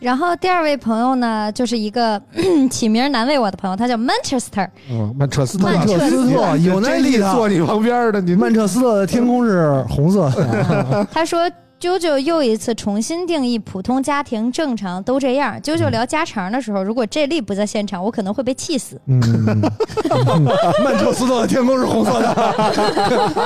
C: 然后第二位朋友呢，就是一个 起名难为我的朋友，他叫 Manchester，
B: 嗯，曼彻斯特，
C: 曼彻斯
D: 特有耐力的啊
B: 坐你旁边的，你
D: 曼彻斯特的天空是红色 的，
C: 他说。啾啾又一次重新定义普通家庭正常都这样。啾啾聊家常的时候，如果这力不在现场，我可能会被气死。
D: 嗯，曼彻斯特的天空是红 色的，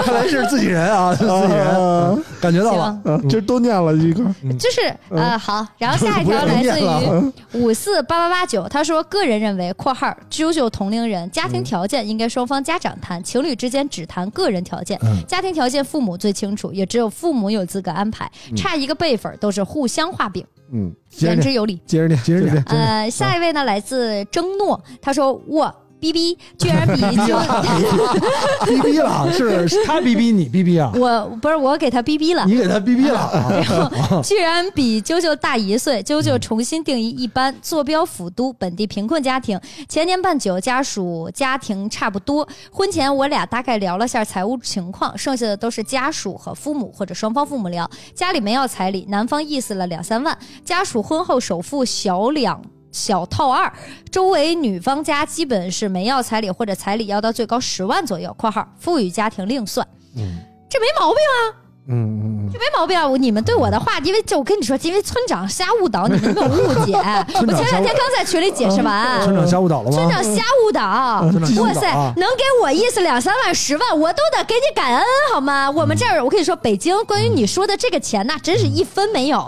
D: 看来是自己人啊，是自己人，感觉到了
C: 行，
B: 嗯这都念了一个，
C: 就是
B: 嗯
C: 呃好，然后 下一条来自于五四八八八九，他说个人认为（括号啾啾同龄人）家庭条件应该双方家长谈，情侣之间只谈个人条件
D: 嗯，
C: 家庭条件父母最清楚，也只有父母有资格安排，差一个辈分都是互相画饼，
B: 嗯，接着
C: 言
B: 念，
C: 之有理。
B: 接着念，接着嗯念，
C: 呃，下一位呢来自争诺，他说我。逼逼居然比 啾，，
D: 逼逼了，是是他逼逼你逼逼啊
C: 我不是我给他逼逼了，
D: 你给他逼逼了啊，
C: 居然比啾啾大一岁。啾啾重新定义一般，坐标府都，本地贫困家庭，前年办酒，家属家庭差不多。婚前我俩大概聊了下财务情况，剩下的都是家属和父母或者双方父母聊。家里没要彩礼，男方意思了两三万，家属婚后首付小两。小套二，周围女方家基本是没要彩礼，或者彩礼要到最高十万左右（括号富裕家庭另算），这没毛病。
B: 嗯嗯嗯，
C: 没毛病啊，你们对我的话，因为就我跟你说，因为村长瞎误导，你们没有误 解。我前两天刚在群里解释完，啊
D: 村长瞎误导了
C: 村
D: 吗？
C: 长瞎误导。
D: 村长瞎
C: 哇
D: 误导
C: 塞
D: 啊，，
C: 能给我意思两三万、十万，我都得给你感恩好吗？我们这儿，我跟你说，北京关于你说的这个钱呐，真是一分没有。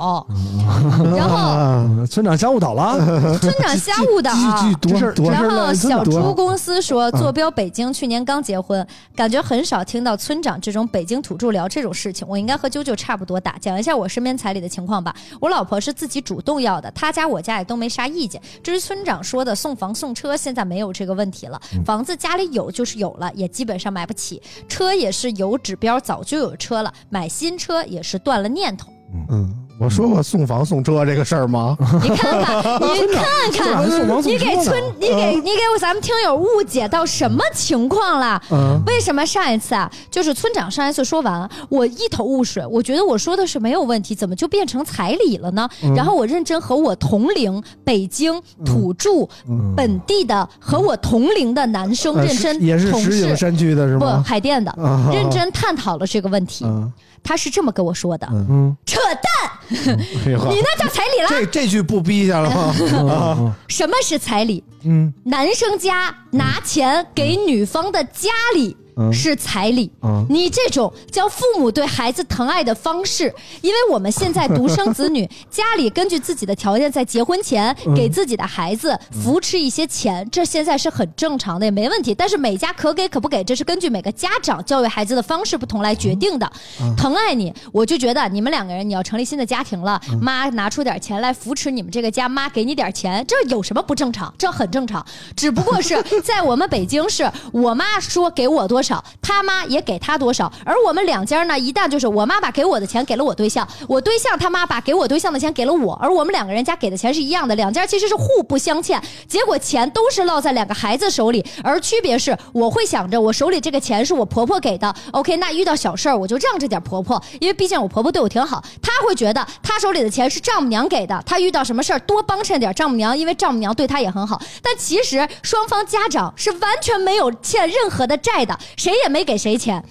C: 然后
D: 嗯村长瞎误导了，
B: 嗯
C: 村长瞎误 导。
B: 句
D: 这事
B: 多多
D: 儿
C: 然后小猪公司说，
D: 嗯
C: 坐标北京，去年刚结婚，感觉很少听到村长这种北京土著聊这种事情。我应该和啾啾差不多大，讲一下我身边彩礼的情况吧。我老婆是自己主动要的，她家我家也都没啥意见。至于村长说的送房送车，现在没有这个问题了，
D: 嗯
C: 房子家里有就是有了，也基本上买不起，车也是有指标，早就有车了，买新车也是断了念头。
B: 嗯，我说过送房送车这个事儿吗？
C: 你看
B: 啊
C: 看，你看
D: 村长还送
C: 看，
D: 房送
C: 你
D: 车
C: 给
D: 呢
C: 村，你
B: 嗯
C: 给你给我咱们听友误解到什么情况了？
D: 嗯
C: 为什么上一次啊，就是村长上一次说完，我一头雾水，我觉得我说的是没有问题，怎么就变成彩礼了呢？
B: 嗯
C: 然后我认真和我同龄北京土著
D: 嗯
C: 本地的和我同龄的男生
B: 呃
C: 认真
B: 是也是
C: 同
B: 石景
C: 事。
B: 山区的是
C: 不，
B: 吗？
C: 海淀的
B: 啊
C: 认真探讨了这个问题，
B: 嗯
C: 他是这么跟我说的：
D: 嗯，
C: 扯淡，
B: 哎呦呵
C: 你那叫彩礼啦！
B: 这这句不逼一下了吗？
C: 嗯
B: 啊
C: 什么是彩礼？
D: 嗯
C: 男生家拿钱给女方的家里
B: 嗯
C: 是彩礼。
B: 嗯
C: 你这种将父母对孩子疼爱的方式，因为我们现在独生 子女，家里根据自己的条件在结婚前
B: 嗯
C: 给自己的孩子扶持一些钱，这现在是很正常的，也没问题。但是每家可给可不给，这是根据每个家长教育孩子的方式不同来决定的。疼爱你，我就觉得你们两个人你要成立新的家庭了，妈拿出点钱来扶持你们这个家，妈给你点钱，这有什么不正常？这很正常，只不过是在我们北京市，我妈说给我多少，他妈也给他多少，而我们两家呢，一旦就是我妈把给我的钱给了我对象，我对象他妈把给我对象的钱给了我，而我们两个人家给的钱是一样的，两家其实是互不相欠，结果钱都是落在两个孩子手里，而区别是，我会想着我手里这个钱是我婆婆给的，OK，那遇到小事儿我就让着点婆婆，因为毕竟我婆婆对我挺好，她会觉得她手里的钱是丈母娘给的，她遇到什么事儿多帮衬点丈母娘，因为丈母娘对她也很好。但其实双方家长是完全没有欠任何的债的，谁也没给谁钱。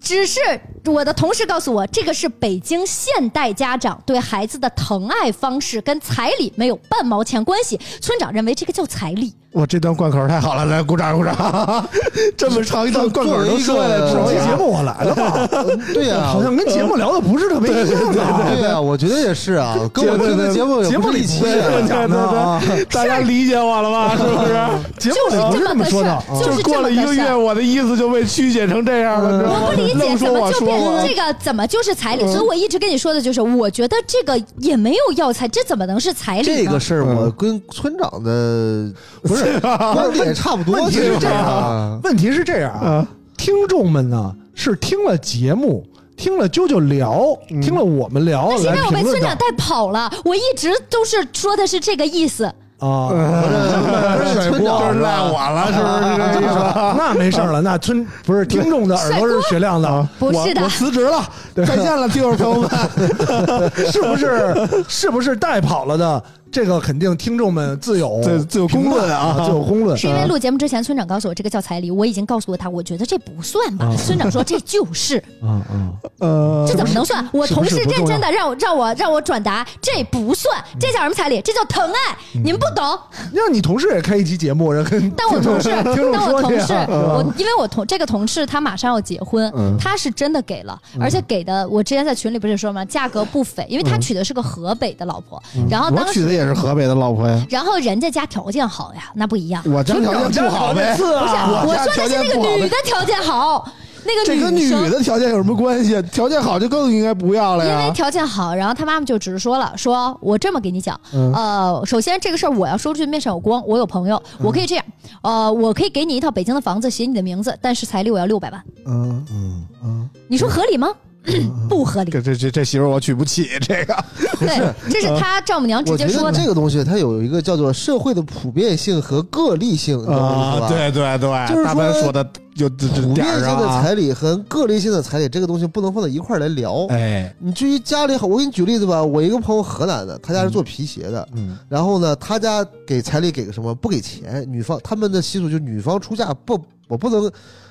C: 只是我的同事告诉我，这个是北京现代家长对孩子的疼爱方式，跟彩礼没有半毛钱关系。村长认为这个叫彩礼，
B: 我这段贯口太好了，来鼓掌鼓掌！ 这么长一段贯口都说下来，
G: 作
B: 这
D: 上期
G: 为一个
D: 节目我来了吧？
G: 对呀、
D: 好像跟节目聊的不是特别一样啊。
G: 对呀、我觉得也是啊，跟我听的节目也
D: 节目
G: 不是
D: 里
G: 一期
D: 不是这么
G: 啊。
D: 讲的啊，
B: 大家理解我了 吧？是不是？
D: 节目里不是这么说的啊。
C: 就是这
B: 过
C: 么
B: 了一个
C: 事
B: 月，
C: 儿。嗯
B: 我的意思就被曲解成这样了，你知道吗
C: 我不理解
B: 愣
C: 怎
B: 说
C: 么
B: 我
C: 就
B: 说
C: 变
B: 我
C: 成这个，怎么就是彩礼？所以我一直跟你说的就是，我觉得这个也没有要彩，这怎么能是彩礼呢？
G: 这个事儿我跟村长的不是观点也差不多，
D: 问题
G: 其
D: 是
G: 实
D: 这样啊
G: 啊，，
D: 问题是这样啊，听众们呢是听了节目，听了啾啾聊，听了我们聊
C: 那是因
D: 来
C: 为我被
D: 评
C: 村
D: 论的
C: 长带跑了，我一直都是说的是这个意思。
D: 啊。
B: 哎
G: 不是村
B: 就
G: 长
B: 是赖我了，是不是这个意 思？
D: 那没事儿了，那村不是听众的耳朵是雪亮的，啊
C: 不是的
B: 我我辞职了，再见了，听众朋友们。
D: 是不是？是不是带跑了的？这个肯定听众们自有
B: 自自有公论啊
D: 评判自有公论呃
C: 是。因为录节目之前，村长告诉我这个叫彩礼，我已经告诉过他，我觉得这不算吧。村长说这就是，
D: 嗯嗯，
B: 呃
C: 这怎么能算？我同事认真的让我让我让我转达，这不算，这叫什么彩礼？这叫疼爱，你们不懂。
D: 让你同事也开一期节目，然后跟
C: 但我同事，
D: 听众
C: 但我
D: 说
C: 同
D: 去啊
C: 事，我因为我同这个同事他马上要结婚，他是真的给了，而且给的我之前在群里不是说吗？价格不菲，因为他娶的是个河北的老婆，然后
B: 我
C: 当
B: 娶的
C: 时。
B: 也是河北的老婆呀，
C: 然后人家家条件好呀，那不一样。
B: 我家条件不好呗。
D: 次
C: 不是，
D: 啊，
C: 我说的是
B: 条
C: 那
B: 件不
C: 个
B: 好呗
C: 女的条件好，那个
B: 这跟
C: 女
B: 女
C: 生。
B: 的条件有什么关系？条件好就更应该不要了
C: 因为
B: 呀。
C: 条件好，然后他妈妈就直说了，说我这么给你讲，
G: 嗯
C: 呃，首先这个事儿我要说出去面上有光，我有朋友，我可以这样，
G: 嗯
C: 呃，我可以给你一套北京的房子，写你的名字，但是彩礼我要六百万，
B: 嗯嗯嗯，
C: 你说合理吗？
G: 嗯
C: 不合理，
B: 这这这这媳妇儿我娶不起这个。
C: 对，这是他丈母娘直
G: 我
C: 接
G: 觉
C: 说
G: 得
C: 的
G: 这。个东西它有一个叫做社会的普遍性和个例性， 你懂我意思吧？
B: 啊对对对，
G: 就是说
B: 大白说的有这这
G: 普
B: 点
G: 遍
B: 儿
G: 性的
B: 啊。
G: 彩礼和个例性的彩礼这个东西不能放在一块儿来聊。
B: 哎，
G: 你至于家里好，我给你举例子吧。我一个朋友河南的，他家是做皮鞋的，
B: 嗯
G: 然后呢，他家给彩礼给个什么？不给钱，女方他们的习俗就是女方出嫁不，我不能，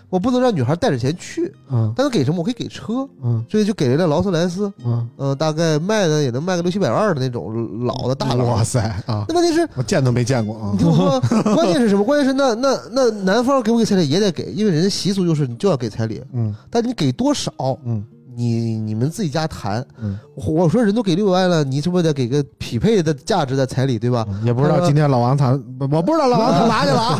G: 我不能让女孩带着钱去，
B: 嗯
G: 但是给什么？我可以给车，
B: 嗯
G: 所以就给了一辆劳斯莱斯，
B: 嗯，
G: 嗯、大概卖呢也能卖个六七百万的那种老的大
B: 哇
G: 劳。
B: 塞啊！
G: 那问题是，
B: 我见都没见过啊
G: 你。听 我说，关键是什么？关键是那那那男方给不给彩礼也得给，因为人家习俗就是你就要给彩礼，
B: 嗯
G: 但你给多少，
B: 嗯
G: 你你们自己家谈。
B: 嗯
G: 我我说人都给六百万了，你是不是得给个匹配的价值的彩礼，对吧？
B: 嗯也不知道今天老王他，我不知道老王他哪去了 啊。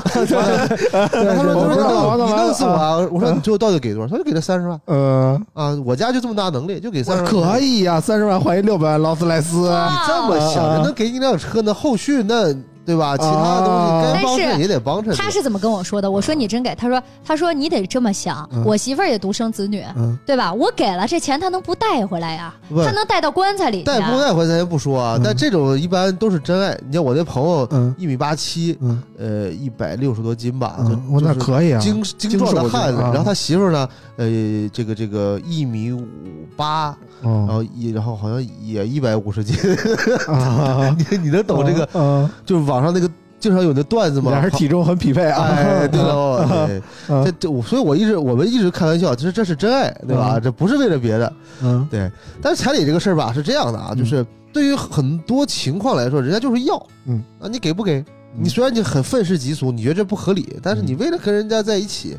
G: 然后他说：“
B: 我不知道老王
G: 你
B: 干嘛
G: 弄死我啊！”我说：“你最后到底给多少？”他说：“给了三十万
B: 呃，
G: 啊！我家就这么大能力，就给三十万。”
B: 可以呀，三十万换一六百万劳斯莱斯。
C: 哦
B: 啊
G: 你这么想，人能给你辆车，那后续那对
B: 啊
G: 吧？其他的东西该帮
C: 但
G: 衬
C: 是
G: 也得帮衬。
C: 他是怎么跟我说的？我说你真给，他说他说你得这么想，
G: 嗯
C: 我媳妇儿也独生子女，
B: 嗯
C: 对吧？我给了这钱，她能不带回来呀、
G: 不
C: 她能带到棺材里去
G: 带
C: 啊、
G: 不带回咱先不说啊，但这种一般都是真爱。你像我那朋友
B: 嗯
G: 一米八七，
B: 嗯
G: 呃，一百六十多斤吧，就
B: 嗯，我那
G: 就是
B: 可以啊。
G: 精精壮的汉
B: 精
G: 子。
B: 瘦的啊
G: 然后他媳妇儿呢，呃，这个这个一米五八，然
B: 哦
G: 后一然后好像也一百五十斤。
B: 啊，
G: 你你能哦懂这个？
B: 嗯，
G: 就是网上那个经常有那段子吗？
B: 俩人体重很匹配啊。
G: 哎，对喽，对
B: 嗯
G: 这这我，所以我一直我们一直开玩笑，其实这是真爱，对吧？
B: 嗯
G: 这不是为了别的，
B: 嗯
G: 对。但是彩礼这个事儿吧，是这样的啊，就是对于很多情况来说，人家就是要，
B: 嗯，
G: 啊，你给不给？你虽然你很愤世嫉俗，你觉得这不合理，但是你为了跟人家在一起，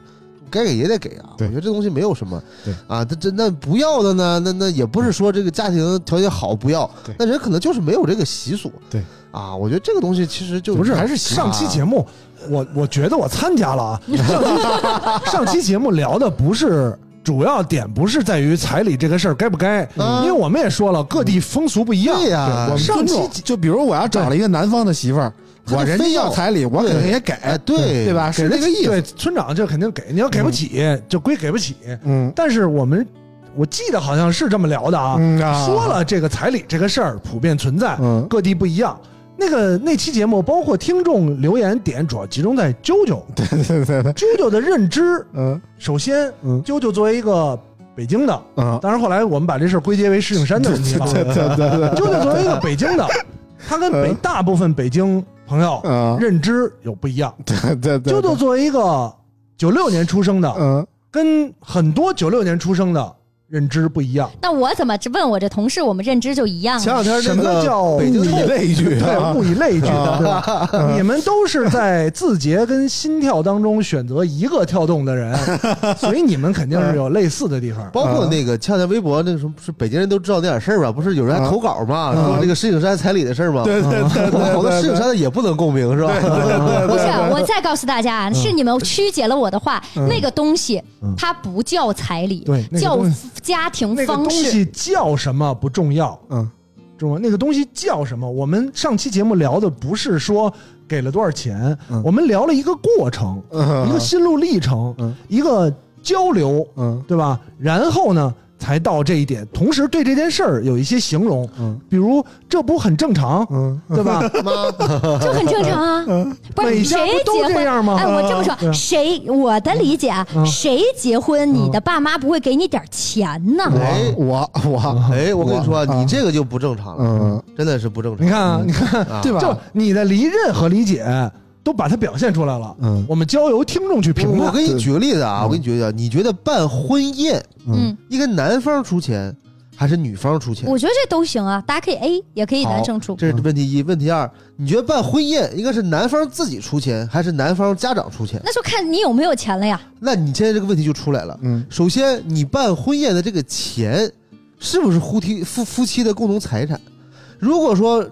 G: 该给也得给啊。我
B: 嗯对
G: 觉得这东西没有什么
B: 对
G: 啊，这这那不要的呢，那那也不是说这个家庭条件好不要
B: 对，
G: 那人可能就是没有这个习俗。
B: 对
G: 啊，我觉得这个东西其实就
D: 不是，
G: 还是
B: 啊
G: 习惯
D: 上期节目，我我觉得我参加了啊。上期 上期节目聊的不是主要点，不是在于彩礼这个事儿该不该，
G: 嗯
D: 因为我们也说了，各地风俗不一样。
G: 对呀、
B: 我们
D: 上
B: 尊
D: 期
B: 重就比如我要找了一个南方的媳妇儿，
G: 他就
B: 我人家
G: 非要
B: 要彩礼，我
G: 对
B: 肯定也给，
G: 哎，对
B: 对？吧？
D: 给
B: 是这个意思
D: 对，。村长就肯定给，你要给不起、就归给不起。
B: 嗯
D: 但是我们我记得好像是这么聊的啊，
B: 嗯啊
D: 说了这个彩礼这个事儿普遍存在，
B: 嗯
D: 各地不一样。那个那期节目，包括听众留言点，主要集中在啾啾。对
B: 对对对，
D: 啾啾的认知，
B: 嗯
D: 首先，
B: 嗯
D: 啾啾作为一个北京的，
B: 嗯，
D: 当然后来我们把这事儿归结为石景山的问题了。
B: 对对对对，
D: 啾啾作为一个北 京的，他跟北
B: 嗯
D: 大部分北京朋友
B: 嗯
D: 认知有不一样。
B: 对对对，
D: 啾啾作为一个九六年出生的，
B: 嗯
D: 跟很多九六年出生的认知不一样。
C: 那我怎么只问我这同事，我们认知就一样啊
D: 前
C: 了？
D: 两天
B: 什
D: 那
B: 么
D: 个叫
B: 北京物
D: 物
B: 以类聚
D: 对，
B: 啊嗯
D: 物以类聚，对吧？你们都是在字节跟心跳当中选择一个跳动 的人，所以你们肯定是有类似的地方。
G: 包括那个恰恰微博那个什么，不是北京人都知道那点事儿吧？不是有人还投稿嘛，
B: 嗯
G: 说这个石景山彩礼的事儿嘛？
B: 对对对对对，
G: 好多石景
B: 对
G: 山的也不能共鸣是吧？
C: 不是，我再告诉大家
D: 嗯
C: 啊，是你们曲解了我的话。那个东西它不叫彩礼
D: 对，那个
C: 叫
D: 东
C: 家庭
D: 那个
C: 方
D: 东
C: 式。
D: 西叫什么不重要，
B: 嗯
D: 中文那个东西叫什么？我们上期节目聊的不是说给了多少钱，我们聊了一个过程，
B: 嗯
D: 一个心路历程，
B: 嗯
D: 一个交流，
B: 嗯
D: 对吧？然后呢，才到这一点，同时对这件事儿有一些形容，
B: 嗯
D: 比如这不很正常，
B: 嗯
D: 对 吧？
C: 这很正常 啊。不
D: 每
C: 是
D: 家
C: 谁
D: 不都
C: 结婚
D: 这样吗
C: 哎，我这么
D: 对
C: 说，
D: 啊
C: 谁我的理解啊
D: 嗯，
C: 谁结婚，你的爸妈不会给你点钱呢？
G: 哎
B: 我我
G: 哎，我跟你说，
B: 啊
G: 你这个就不正常了，
B: 嗯
G: 真的是不正常
D: 你。看啊，你看，
G: 啊
B: 对吧？
D: 就你的理任和理解都把它表现出来了。
B: 嗯
D: 我们交由听众去评
G: 我
D: 判。
G: 给你举个例子啊，我给你举个例子啊，你觉得办婚宴
C: 嗯，
G: 应该男方出钱还是女方出钱？
B: 嗯
C: 我觉得这都行啊，大家可以 A，也可以男生出。
G: 这是问题一。问题二，你觉得办婚宴应该是男方自己出钱还是男方家长出钱？
C: 那就看你有没有钱了呀。
G: 那你现在这个问题就出来了。
B: 嗯
G: 首先，你办婚宴的这个钱是不是夫妻夫夫妻的共同财产？如果说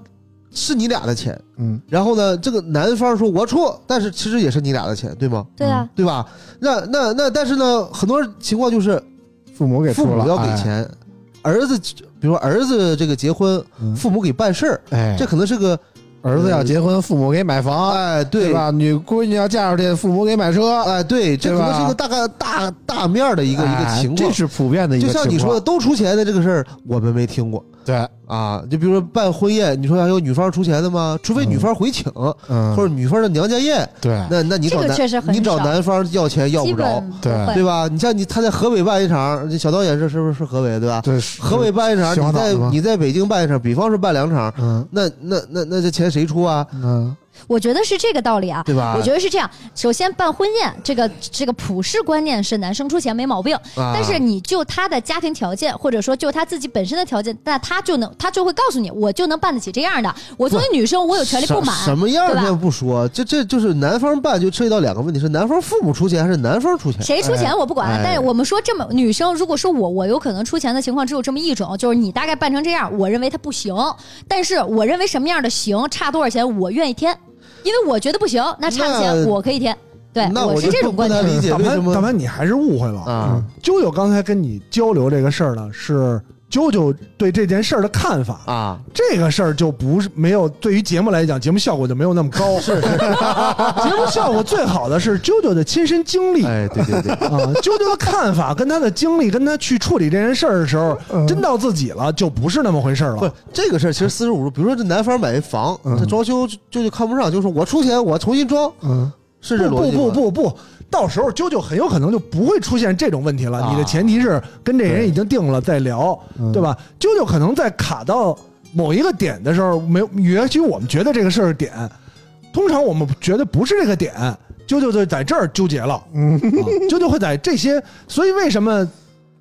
G: 是你俩的钱，
B: 嗯
G: 然后呢，这个男方说我出，但是其实也是你俩的钱，对吗？
C: 对啊，
G: 对吧？那那那，但是呢，很多情况就是
B: 父母给
G: 父
B: 出了哎
G: 母要给，钱，儿子，比如说儿子这个结婚，
B: 嗯
G: 父母给办事儿，
B: 哎，
G: 这可能是个
B: 儿子要结婚，父母给买房，
G: 哎，对
B: 对？吧？女闺女要嫁出去，父母给买车，
G: 哎，对，这
B: 对
G: 可
B: 吧
G: 能是一个大概大大面儿的一个一个
B: 哎
G: 情
B: 这
G: 况。
B: 是普遍的一个
G: 就
B: 情况。
G: 像你说的，都出钱的这个事儿，我们没听过
B: 对，
G: 啊。就比如说办婚宴，你说还有女方出钱的吗？除非女方回请或
B: 嗯，
G: 者女方的娘家宴，
B: 对，
G: 那那你
C: 这
G: 找
C: 个
G: 男
C: 确实很
G: 你找
C: 少
G: 男方要钱
D: 嗯
G: 要
C: 基
G: 不着
C: 本，不
B: 对
G: 对
C: 会。
G: 吧？你像你他在河北办一场，这小导演是是不是是河北对吧？
B: 对，
G: 河北办一场，
B: 西瓜
G: 你
B: 脑
G: 在
B: 子吗
G: 你在北京办一场，比方说办两场，
B: 嗯
G: 那那那那这钱谁出啊？
B: 嗯
C: 我觉得是这个道理啊。
G: 对吧？
C: 我觉得是这样，首先办婚宴，这个这个普世观念是男生出钱没毛病，
G: 啊
C: 但是你就他的家庭条件，或者说就他自己本身的条件，那他就能他就会告诉你，我就能办得起这样的。我作为女生，我有权利不满
G: 什。什么样儿
C: 对吧
G: 先不说，这这就是男方办就涉及到两个问题：是男方父母出钱还是男方出钱？
C: 谁出钱我不管，
G: 哎
C: 但是我们说这么女生，如果说我我有可能出钱的情况只有这么一种，就是你大概办成这样，我认为它不行，但是我认为什么样的行，差多少钱我愿意添，因为我觉得不行，那差的钱
G: 那
C: 我可以添，对
G: 那
C: 我
G: 我
C: 是这种观
G: 不
C: 点
G: 太。理解
D: 大
G: 为什
D: 潘，大
G: 么
D: 潘，你还是误会了。
G: 啊
D: 啾啾刚才跟你交流这个事儿呢，是啾啾对这件事儿的看法。
G: 啊！
D: 这个事儿就不是没有对于节目来讲，节目效果就没有那么高。是， 节目效果最好的是啾啾的亲身经历。
G: 哎，对对对，
D: 啊，啾啾的看法跟他的经历，跟他去处理这件事儿的时候，真到自己了就不是那么嗯回事儿
G: 不是
D: 了。
G: 这个事儿，其实四十五度，比如说这男方买一房，他装修就就就看不上，就说我出钱，我重新装，
B: 嗯
G: 是这逻辑
D: 不
G: 吗？
D: 不不不，到时候啾啾很有可能就不会出现这种问题了。
G: 啊
D: 你的前提是跟这人已经定了再聊，
B: 嗯
D: 对吧？啾啾可能在卡到某一个点的时候，没有，也许我们觉得这个事儿点，通常我们觉得不是这个点，啾啾就在这儿纠结了。
B: 嗯
D: 啊，啾啾会在这些，所以为什么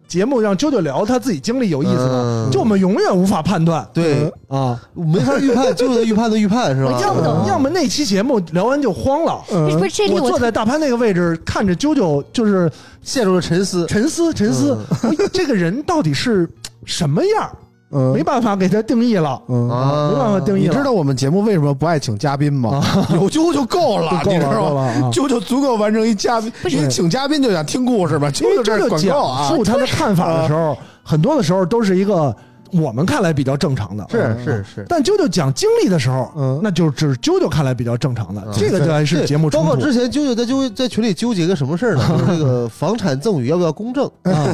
D: 节目让啾啾聊他自己经历有意思吗？
G: 嗯
D: 就我们永远无法判断。
G: 对
D: 嗯，
B: 啊，
G: 没法预判，就是预判的预判是吧？嗯
C: 我就不懂
D: 要么那期节目聊完就慌了。
B: 嗯
C: 不是不是这里
D: 我
C: 我
D: 坐在大潘那个位置，看着啾啾就是
G: 陷入了沉思。
D: 沉思沉思， 我这个人到底是什么样儿？
B: 嗯，
D: 没办法给他定义了，
B: 嗯，
G: 啊，
D: 没办法定义
B: 你
D: 了。
B: 知道我们节目为什么不爱请嘉宾吗？啊 有啾 就够了，
D: 够
B: 你知
D: 了够
B: 道
D: 了
B: 吗？
D: 啊！
B: 啾就足够完成一嘉宾，因为请嘉宾就想听故事嘛，
D: 因
B: 啾
D: 为
B: 就这
D: 这
B: 儿
D: 个
B: 管够
D: 讲
B: 啊，嗯
D: 述他的看法的时候，很多的时候都是一个我们看来比较正常的，嗯
G: 是是是，
D: 但啾啾讲经历的时候，
B: 嗯
D: 那就只是啾啾看来比较正常的，
G: 嗯
D: 这个就还是
G: 对
D: 节目
G: 包
D: 冲
G: 括
D: 突
G: 之。前啾啾在纠在群里纠结一个什么事儿呢？就是 这个房产赠与要不要公证？
D: 啊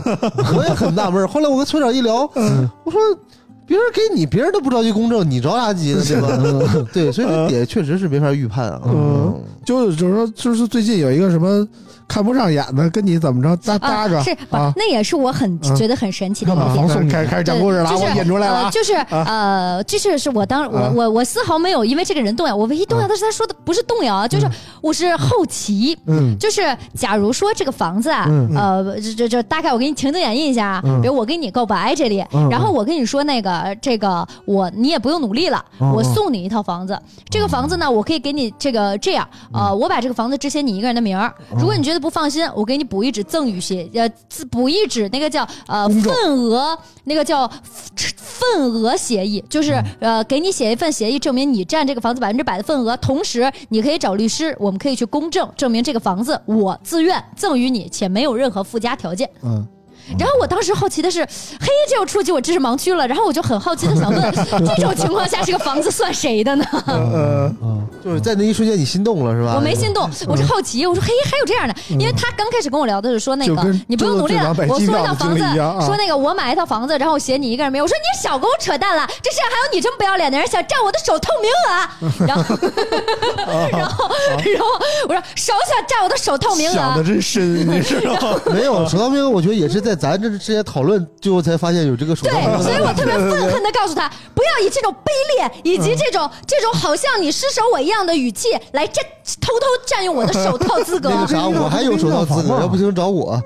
G: 我也很纳闷儿。后来我跟村长一聊，
D: 嗯
G: 我说别人给你，别人都不着急公证，你着啥急呢？对
D: 嗯
G: 吧？对，所以这点确实是没法预判啊。
B: 嗯啾就是说，就是最近有一个什么看不上眼的，跟你怎么着搭搭着
C: 啊、是不、
B: 啊？
C: 那也是我很、
B: 嗯
C: 觉得很神奇的
B: 干
C: 一点
B: 嘛。防送开开始讲故事了啊，
C: 对就是
B: 我引出来了
C: 呃
B: 啊。
C: 就是呃，这是是我当我
B: 啊
C: 我我丝毫没有因为这个人动摇，我唯一动摇的是他说的不是动摇啊，就是我是好奇，
B: 嗯
C: 就是假如说这个房子啊，
B: 嗯
C: 呃，这这这大概我给你情景演绎一下啊，
B: 嗯
C: 比如我跟你告白这里，
B: 嗯
C: 然后我跟你说那个这个我你也不用努力了，
B: 嗯
C: 我送你一套房子，这个房子呢我可以给你这个这样，
B: 嗯
C: 呃，我把这个房子只写你一个人的名儿，如果你觉得不放心，我给你补一纸赠与协呃自补一纸那个叫呃份额那个叫份额协议，就是、呃，给你写一份协议，证明你占这个房子百分之百的份额，同时你可以找律师，我们可以去公证，证明这个房子我自愿赠与你，且没有任何附加条件。
B: 嗯，
C: 然后我当时好奇的是，嘿，这又触及我知识盲区了。然后我就很好奇的想问，这种情况下这个房子算谁的呢？
B: 呃，
G: 就是在那一瞬间你心动了是吧？
C: 我没心
B: 哎
C: 动，我是
B: 嗯
C: 好奇，我说嘿，还有这样的，因为他刚开始跟我聊的是说那
B: 就
C: 个
B: 跟
C: 你不用努力了
B: 中国，最
C: 我
B: 早北京
C: 送一套
B: 港的
C: 房
B: 经
C: 子
B: 历一样，啊
C: 说那个我买一套房子，然后写你一个人没有，我说你少跟我扯淡了，这世界还有你这么不要脸的人想占我的首套名额啊，然 后然后 然后我说少想占我的首套名额
B: 啊想
C: 啊
B: 的，真深，你知道吗？
G: 没有，首当兵，我觉得也是在咱这之前讨论，最后才发现有这个首
C: 对
G: 当，
C: 所以
G: 兵。
C: 我特别愤恨的告诉他，不要以这种卑劣以
B: 嗯
C: 及这种这种好像你施舍我一样的语气来占偷偷占用我的首套资格。
G: 那个啥，我还有首当资格，要不行找我。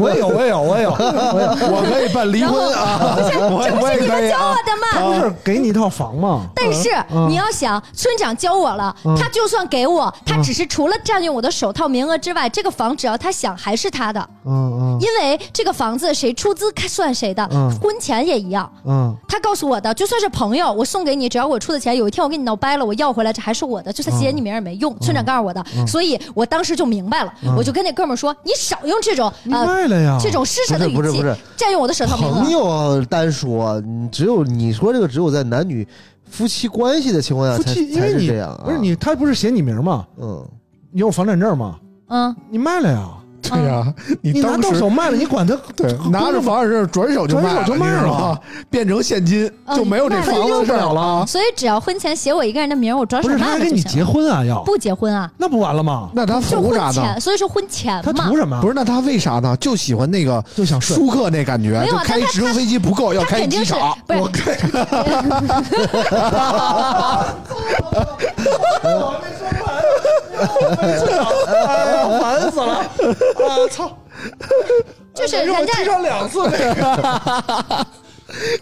D: 我也有，我也有， 我也有。
B: 我可以办离婚啊！我
C: 这不
B: 我也
C: 是你
B: 可
C: 们
B: 以
C: 教我
B: 啊！
C: 的吗？
D: 不是给你一套房吗？
C: 但是
G: 嗯
C: 你要想，村长教我了，他就算给我，他只是除了占用我的首套名额之外，这个房只要他想还是他的，
B: 嗯
C: 因为这个房子谁出资算谁的
B: 嗯，
C: 婚前也一样。
B: 嗯嗯
C: 他告诉我的，就算是朋友，我送给你，只要我出的钱，有一天我跟你闹掰了，我要回来，这还是我的，就算
G: 嗯
C: 写你名儿也没用。村长告诉我的，所以我当时就明白了，我就跟那哥们儿说，你少用这种
B: 嗯
C: 呃
D: 卖了呀！
C: 这种施舍的语
G: 嗯不是不
C: 气
G: 是不是，
C: 占用我的首套名额
G: 朋。友单说，啊你只有你说这个，只有在男女夫妻关系的情况
D: 夫
G: 呃下才
D: 妻，因
G: 才
D: 为
G: 是
D: 你
G: 这样啊。
D: 不是你，他不是写你名吗？
G: 嗯，
D: 你有房产证吗？
C: 嗯，
D: 你卖了呀？
B: 对呀，
D: 你
B: 你
D: 拿
B: 当
D: 到
B: 时
D: 手卖了，你管他
B: 对拿着房产证转手就卖
D: 转手就卖了
B: 你知道吗变成现金
C: 哦
B: 就没有这
C: 你卖了
B: 房子的事儿了。啊
C: 所以只要婚前写我一个人的名儿，我转手
D: 不是他
C: 卖
D: 还
C: 了
D: 跟
C: 就
D: 你
C: 行
D: 结
C: 了。
D: 婚啊？要
C: 不结婚啊，
D: 那不完了吗？
B: 那他
C: 就
B: 图啥呢
C: 婚前，？所以说婚前
D: 他
C: 嘛
D: 图。什么？
B: 不
D: 是
B: 是，那他为啥呢？就喜欢那个
D: 啊就想睡。
B: 舒克那感觉，
C: 没有
B: 就
C: 啊
B: 开
C: 但他
B: 直升飞机不够，要
C: 他
B: 开
C: 肯定
B: 机
C: 是
B: 场。
C: 不是
B: 我开
D: 哎呀，烦死了！啊操！哎
C: 就是人家
D: 上两次那个，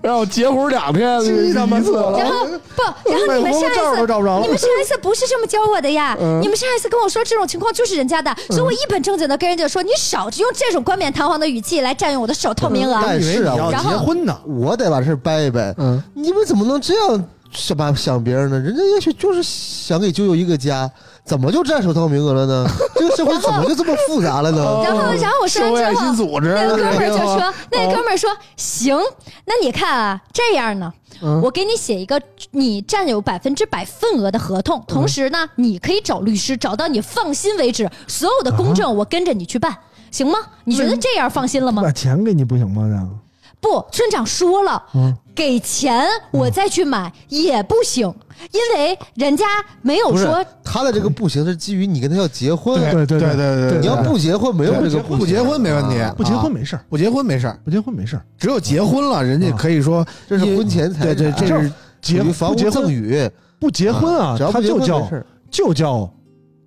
B: 让我截胡两天，
D: 气他妈
B: 一次
D: 死了
C: 然后
B: 哎
C: 不，然后你们上一
B: 照
C: 次
B: 都照不着嗯
C: 你们上一次不是这么教我的呀？你们上一次跟我说这种情况就是人家的，所以我一本正经的跟人家说，你少用这种冠冕堂皇的语气来占用我的首套名额。
G: 但是啊，
C: 要
G: 我
C: 然后结
D: 婚呢？
G: 我得把事儿掰一掰。
B: 嗯，
G: 你们怎么能这样想把想别人呢？人家也许就是想给舅舅一个家，怎么就占首套名额了呢？这个社会怎么就这么复杂了 呢？
C: 然后，然后我说
B: 哦社会
C: 完
B: 爱
C: 之后
B: 心，组织，
C: 那个哥们儿就说，
B: 哦
C: 那个哥们儿说，行，那你看啊，这样呢，
B: 嗯
C: 我给你写一个你占有百分之百份额的合同，
B: 嗯
C: 同时呢，你可以找律师，找到你放心为止，所有的
B: 啊
C: 公证我跟着你去办。行吗？你
B: 嗯
C: 觉得这样放心了吗
D: 把？钱给你不行吗？这样
C: 不，村长说了，给钱我再去买也不行，因为人家没有
G: 不是
C: 说
G: 他的这个不行是基于你跟他要结婚，
D: 对对
B: 对
D: 对
B: 对
D: 对
G: 你要不结婚没有
D: 对
G: 这个
B: 不结婚没问题
G: 啊
D: 不结婚没事儿，
B: 不结婚没事儿，
D: 不结婚没事儿。
B: 只有结婚了，人
D: 啊
B: 家可以说
G: 这是婚前财
B: 对
G: 产，
B: 对，这是
D: 结
G: 属于
D: 不
G: 房屋
D: 结
G: 赠
D: 婚
G: 与，
D: 不结婚啊
G: 只要，
D: 他
G: 不结
D: 就
G: 婚没
D: 叫
G: 事儿
D: 就叫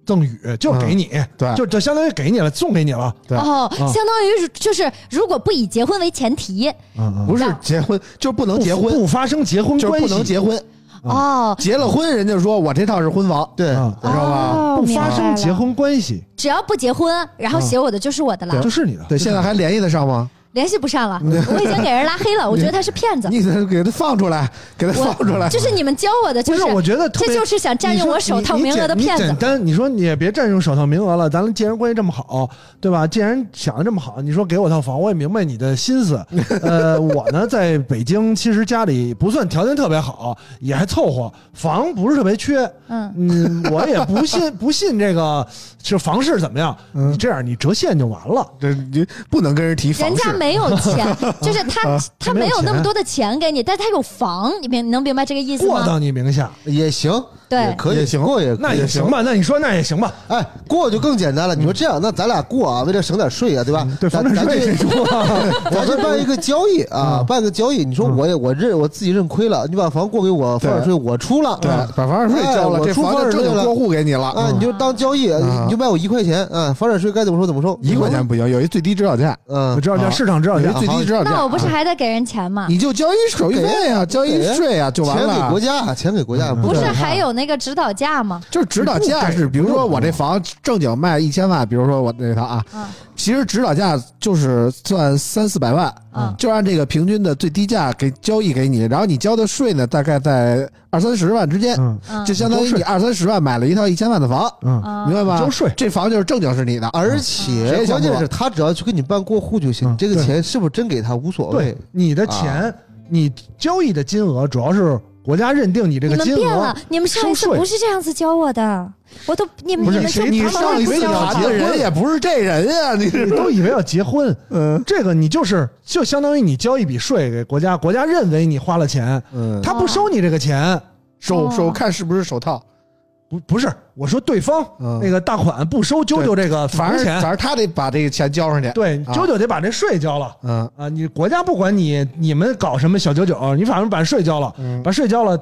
D: 赠与，就是给你，
B: 嗯对
D: 就这相当于给你了，送给你了。
B: 对
C: 哦，
B: 嗯
C: 相当于是就是，如果不以结婚为前提，
D: 嗯
B: 不是
C: 那
B: 结婚就不能结婚，
D: 不发生结婚
B: 就是
D: 关系，
B: 不能结婚，
C: 哦，
B: 结了婚人家说我这套是婚房，
G: 对，
D: 啊
B: 你知道吧？
C: 哦
D: 不发
C: 明白
D: 生
C: 了
D: 结婚关系，
C: 只要不结婚，然后写我的就是我的了，
D: 就是你的。
B: 对，现在还联系得上 吗？
C: 联系不上了，我已经给人拉黑了，我觉得他是骗子。
B: 你得给他放出来，给他放
C: 我
B: 出来。
C: 就是你们教我的，就
D: 不
C: 是
D: 是，我觉得特
C: 这
D: 别
C: 就是想占用我手套名额的
D: 你说
C: 骗
D: 你你简
C: 子
D: 你简。单，你说你也别占用手套名额了，咱们既然关系这么好，对吧？既然想的这么好，你说给我套房，我也明白你的心思。呃，我呢在北京，其实家里不算条件特别好，也还凑合，房不是特别缺。
C: 嗯，
D: 嗯，我也不信不信这个是房市怎么样？你这样你折现就完了。
B: 这你不能跟人提房
C: 人家
B: 事，
C: 没有钱，就是他他
D: 没
C: 没
D: 有
C: 有那么
D: 钱
C: 多的钱给你，但他有房，你明能明白这个意思
D: 过
C: 吗？
D: 到你名下
G: 也行，
C: 对
G: 也，可以，
B: 也行
G: 过也可
D: 那
G: 以
D: 也行吧，那你说那也行吧，
G: 哎，过就更简单了。你说这样，那咱俩过啊，为了省点税啊，对吧？
D: 嗯对，房
G: 咱
D: 产
G: 咱
D: 税
G: 就
D: 这说 啊
G: 咱就办一个交易
D: 嗯
G: 啊，办个交易。你说我也我认我自己认亏了，你把房过给我，
B: 对
G: 房产税我出了，
B: 对，把房产税交
G: 哎
B: 了，
G: 我
B: 这
G: 出
B: 房
G: 房
B: 子
G: 产
B: 正
G: 税
B: 经
G: 了
B: 过户给你了
G: 啊，你就
D: 嗯
G: 当交易，
B: 啊
G: 你就卖我一块钱啊，房产税该怎么收怎么收，
B: 一块钱不行，有一最低指导 价，
G: 嗯
D: 我，知道叫市场知道
B: 有
D: 价
B: 一，最低指导价。啊
C: 那我不是啊还得给人钱吗？
B: 你就交一手续费啊，交一税啊，就完
G: 钱给
B: 了
G: 国。家，钱给国
D: 嗯
G: 家，
C: 不是
G: 对
C: 还有那个指导价吗？
B: 就是指导价是，比如
G: 啊
B: 说我这房正经卖一千万，比如说我这套啊，
C: 嗯
B: 其实指导价就是算三四百万，
C: 嗯
B: 就按这个平均的最低价给交易给你，然后你交的税呢，大概在二三十万之间，
D: 嗯
C: 嗯
B: 就相当于你二三十万买了一套一千万的房，
D: 嗯，
C: 啊
B: 明白吧？
D: 交税
B: 这房就是正经是你的，
G: 而
B: 谁
G: 且
B: 也想
G: 关
B: 不
G: 键
B: 到
G: 是他只要去给你办过户就行，
D: 嗯
G: 你这个
D: 对
G: 钱是不是真给他无所谓
D: 对。，你
B: 啊
D: 的钱、你交易的金额主要是国家认定你这
C: 你
D: 个
C: 们
D: 金
C: 变
D: 额
C: 了，你们上一次
D: 收税
C: 不是这样子教我的，我都你们
D: 不是
C: 你们
D: 谁
C: 就
D: 你
C: 把我
D: 上一次
C: 不教
D: 谈
C: 我了
D: 的人
B: 也不是这人啊，你这
D: 都以为要结婚，嗯，这个你就是就相当于你交一笔税给国家，国家认为你花了钱，
G: 嗯，
D: 他不收你这个钱，
B: 手
C: 哦
B: 手看是不是手套，
D: 不不是，我说对方、
B: 嗯
D: 那个大款不收啾啾这个
B: 反
D: 房
B: 正
D: 钱
B: 反，正他得把这个钱交上去。
D: 对，
B: 啊
D: 啾啾得把这税交了。
B: 嗯，
D: 啊，你国家不管你，你们搞什么小九九，你反正把税交了，
B: 嗯
D: 把税交了，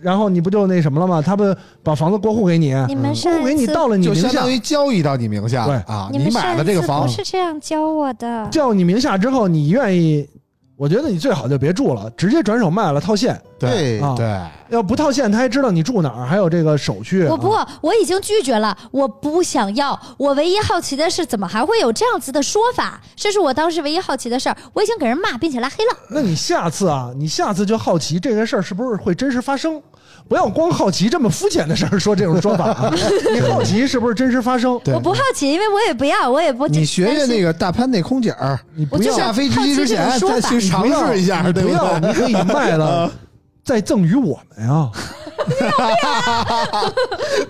D: 然后你不就那什么了吗？他不把房子过户给你，
C: 你们
D: 过
C: 上
D: 户给
C: 一
D: 你
C: 次
D: 到了你
B: 就
D: 名
B: 相
D: 下，
B: 当于交易到你名下
D: 对
B: 了啊，
C: 们
B: 买
C: 上
B: 的
C: 一
B: 这个
C: 次
B: 房
C: 不，是这样教我的，
D: 叫你名下之后，你愿意，我觉得你最好就别住了，直接转手卖了套现。
B: 对
G: 对
D: 啊
B: 对，
D: 要不套现，他还知道你住哪儿，还有这个手续。
C: 我不，我已经拒绝了，我不想要。我唯一好奇的是，怎么还会有这样子的说法？这是我当时唯一好奇的事儿。我已经给人骂，并且拉黑了。
D: 那你下次啊，你下次就好奇这个事儿是不是会真实发生，不要光好奇这么肤浅的事儿说这种说法、 啊。你好奇是不是真实发生？
B: 对
C: 我不好奇，因为我也不要，我也不。
B: 你学学那
C: 个，
B: 个大潘那空姐儿，
D: 你
C: 我
D: 不
C: 就
D: 要
C: 是
B: 下飞
C: 好
B: 机
C: 奇
B: 之
C: 这种
B: 前
C: 说
B: 再
C: 法
B: 去尝试一下，
D: 你
B: 对啊
D: 不
B: 吧
D: 要，？你可以 卖了再赠与我们啊。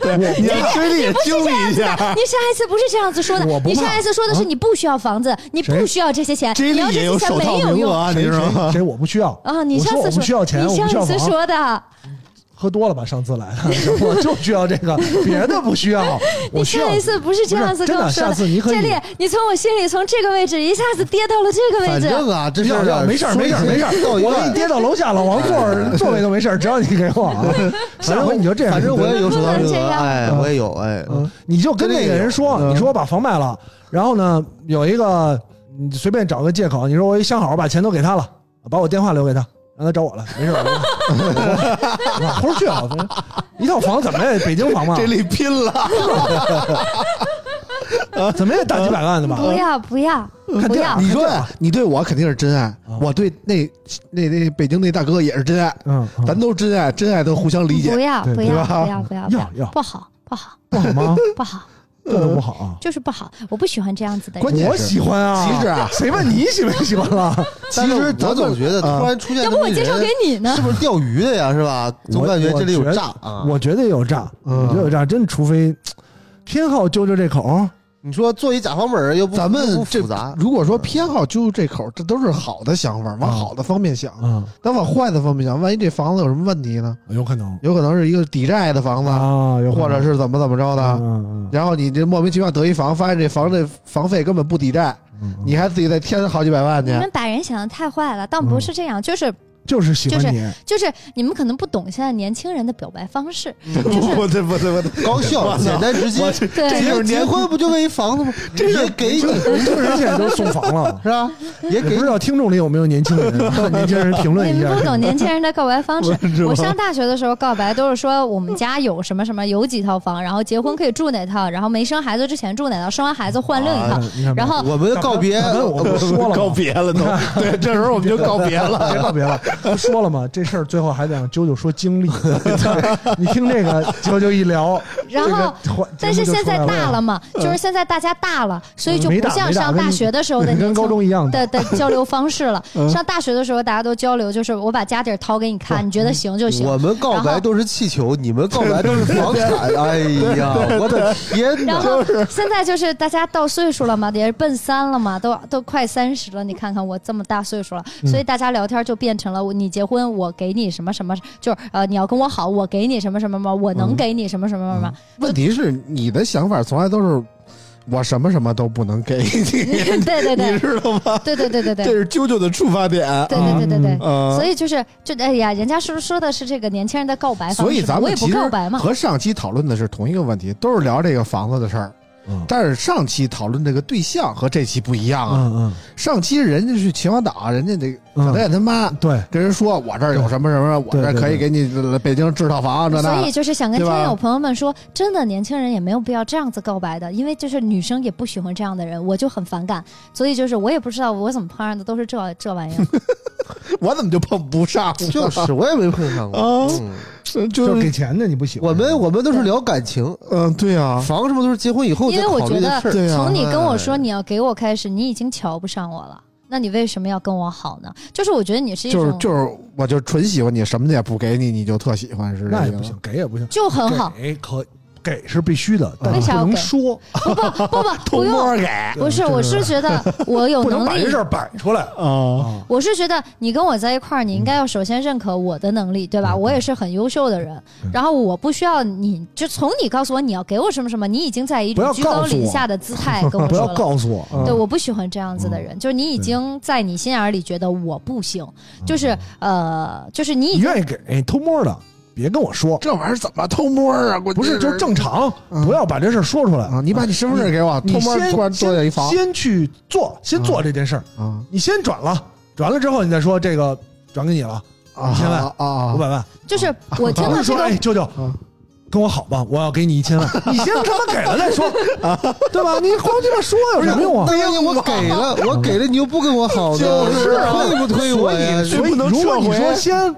B: 对，你要吃力也经历一下。
C: 你上一次不是这样子说的
D: 我，不
C: 你
D: 怕啊
C: 上一次说的是你不需要房子，你
D: 谁
C: 不需要这些钱，你要这
B: 也
C: 些
B: 有
C: 钱
B: 手
C: 没
B: 套
C: 有
B: 名额
C: 用。
B: 啊， 你
D: 谁
B: 知道
D: 谁
B: 吗？
D: 谁我不需要，
C: 啊！你
D: 我
C: 上
D: 说
C: 次
D: 我不需要钱，
C: 你
D: 我不
C: 上
D: 需要
C: 一次
D: 房。
C: 说的，
D: 喝多了吧？上次来的，我就需要这 个，别的不需要。
C: 你
D: 我需要
C: 上一次不是这样子
D: 不是
C: 跟我
D: 真的
C: 说
D: 下次你可以
C: 这里你从我心里从这个位置一下子跌到了这个位
G: 反
C: 置，
G: 正啊，这事
D: 要
G: 儿
D: 要
G: 啊
D: 没事儿
G: 说
D: 没事儿
G: 一
D: 没事儿
G: 千道一
D: 我给
G: 万
D: 你跌到楼下了，王座儿座位都没事儿，只要你给我啊。 下回你就这样，
G: 反正我也有手套
C: 不能
G: 名
C: 这
G: 额，
C: 样
G: 哎，
D: 哎嗯
G: 我也有，哎，
D: 嗯，你就跟那个人说，你说我把房卖了，然后呢有一个你随便找个借口，你说我一相好，我把钱都给他了，把我电话留给他。让他找我了，没事儿，我 豁出去啊！反正一套房怎么也北京房 嘛，
B: 这里拼
C: 啊
B: 了，
D: 怎么也大几百万的吧？
C: 不要不要不要，
B: 你说你对我肯定是真爱，
D: 啊
B: 我对那那那北京那大哥也是真爱，
D: 嗯，嗯
B: 咱都是真爱，真爱都互相理
C: 不
B: 解。
C: 要
D: 对
C: 不
B: 对
C: 要
B: 吧
C: 不要不要
D: 要
C: 不
D: 要
C: 不好不好
D: 不好吗？
C: 不好，
D: 嗯这都不好啊！
C: 就是不好，我不喜欢这样子的
B: 关
C: 人。
B: 键
D: 我喜欢啊，
B: 其实啊
D: 谁问你喜不喜欢了？
B: 其
G: 但是
B: 实咱
G: 我
B: 们
G: 总觉得
B: 啊
G: 突然出现
C: 要
G: 这
C: 不
G: 么
C: 我
G: 一
C: 介绍
G: 人
C: 给，你呢
G: 是？不是钓鱼的呀？是吧？总
D: 我
G: 感觉
D: 我
G: 这里有
D: 觉得
G: 诈啊！
D: 我觉得有诈，我觉得有诈，真除非偏好揪揪这口儿，
G: 你说做一假房本儿又不
B: 咱
G: 又
B: 们
G: 不
B: 这
G: 复杂，
B: 如果说偏好揪这口，这都是好的想法，
D: 啊
B: 往好的方面想。
D: 嗯，
B: 咱往坏的方面想，万一这房子有什么问题呢？
D: 有可能
B: 有可能是一个抵债的房子，
D: 啊，有可能
B: 或者是怎么怎么着的。
D: 嗯嗯
B: 然后你这莫名其妙得一房，发现这房这房费根本不抵债，
D: 嗯，
B: 你还自己再添好几百万去
C: 你。们把人想的太坏了，倒不是这样，就是
D: 就是喜欢你，
C: 就是你们可能不懂现在年轻人的表白方式，
D: 嗯
B: 我这我这我这，
G: 高效、简单直接。
C: 对，
G: 结结婚不就为一房子吗？也给你是。
D: 年轻人现在都送房了
G: 吧？也
D: 也
G: 给
D: 不知道听众里有没有年轻人，啊年轻人评论
C: 你
D: 一
C: 们
D: 下。。
C: 不懂年轻人的告白方式
D: 是吗
C: 我上大学的时候告白都是说我们家有什么什么有几套房，然后结婚可以住哪套，然后没生孩子之前住哪套，生完孩子换另一套。
D: 啊你看吧
C: 然后
G: 我们告别
D: 大哥哎我不说了嘛
B: 告别了 都，对，这时候我们就告别了。
D: 别告别了，不说了嘛，这事儿最后还得让啾啾说经历。 你听这个啾啾一聊，
C: 然后
D: 这个环
C: 但是现在大了，嘛，
D: 嗯
C: 就是现在大家大了，所以就不像上大学的时候的
D: 你跟
C: 年
D: 高
C: 轻
D: 中一样的。嗯
C: 的的交流方式了。上大学的时候大家都交流，就是我把家底儿掏给你看，你觉得行就
D: 嗯
C: 行。
G: 我们告白都是气球，你们告白都是房产。哎呀，我的天
C: 然
G: 哪！
C: 后现在就是大家到岁数了嘛，也是奔三了嘛，都都快三十了。你看看我这么大岁数了，所以大家聊天就变成了我你结婚我给你什么什么，就是呃你要跟我好，我给你什么什么嘛，我能给你什么什么什么。
B: 问题是你的想法从来都是我什么什么都不能给你，
C: 对对
B: 你
C: 对
B: 知道吗？
C: 对对对对
B: 这
C: 对。
B: 是啾啾的触发点。
C: 对对对对对，
B: 呃，
C: 所以就是就哎呀，人家说说的是这个年轻人的告白方式嘛，
B: 所以咱
C: 我
B: 们
C: 也不
B: 其实
C: 告白嘛，
B: 和上期讨论的是同一个问题，都是聊这个房子的事儿。
D: 嗯
B: 但是上期讨论这个对象和这期不一样啊！
D: 嗯
B: 上期人家去秦皇岛，啊人家得
D: 嗯
B: 小导演他妈
D: 嗯，对，
B: 跟人说，我这儿有什么什么，我
D: 对
B: 这儿可以给你北京置套房，啊这那
C: 所
B: 的
C: 以就是想跟
B: 对
C: 听
B: 吧
C: 友朋友们说，真的年轻人也没有必要这样子告白的，因为就是女生也不喜欢这样的人，我就很反感。所以就是我也不知道我怎么碰上的都是这这玩意 儿。
B: 我怎么就碰不上？
G: 就是我也没碰上过。
D: 哦
B: 啊
G: 嗯
B: 是
D: 就
B: 就是是
D: 给钱的你不喜欢。
G: 我们我们都是聊感情，
B: 嗯，对啊，
D: 哦
G: 房什么都是结婚以后
C: 因
G: 再
C: 为我
G: 考
C: 觉
G: 虑
C: 得
G: 的事儿。
B: 对啊
C: 从你跟我说你要给我开始，你已经瞧不上我了。那你为什么要跟我好呢？就是我觉得你是一
B: 就是
C: 种
B: 就是，我就纯喜欢你，什么也不给你，你就特喜欢，是这
D: 那也
B: 个
D: 不行，给也不行，
C: 就很 好，
D: 给可给是必须的，但
C: 为
D: 不
C: 啥要
D: 能
C: 给
D: 说，
C: 不不不不不
B: 偷摸
C: 用，
B: 给
C: 不是，
D: 对
C: 我是觉得我有
D: 不能
C: 哦能
D: 把这
C: 力
D: 事。儿摆出来
B: 啊。
D: 啊。
C: 我是觉得你跟我在一块儿，你应该要首先认可我的能力，对吧？
D: 嗯
C: 我也是很优秀的人，然后我不需要你就从你告诉我你要给我什么什么，你已经在一
D: 不
C: 种
D: 要
C: 居高临下的姿态跟我
D: 不
C: 说
D: 要
C: 了。
D: 告诉我，
C: 对，
D: 嗯
C: 我不喜欢这样子的人，就是你已经在你心眼儿里觉得我不行，就是呃，就是你已
D: 嗯你
C: 经
D: 愿意给哎偷摸的，别跟我说，
B: 这玩意儿怎么偷摸啊？我
D: 不是就是正常，
B: 嗯
D: 不要把这事儿说出来
B: 啊！。你把你身份证给我，
D: 你
B: 偷摸
D: 先
B: 突然坐下一房
D: 先去做，先做这件事儿，
B: 啊
D: 嗯你先转了，转了之后你再说这个转给你了
B: 啊！
D: 一千万
B: 啊啊
D: 五！百万，
C: 就是我听
D: 不
C: 到这
D: 是说
C: 个
D: 哎舅舅
B: 嗯。
D: 跟我好吧，我要给你一千万，你先他妈给了再说，对吧？你光鸡巴说有什么用啊？
G: 那要哎我给了，我给了你又不跟我好呢，
B: 就是啊
G: 推呃不推我呀？
B: 这
D: 所以
B: 不能
D: 如果
B: 撤
D: 你
B: 回
D: 说先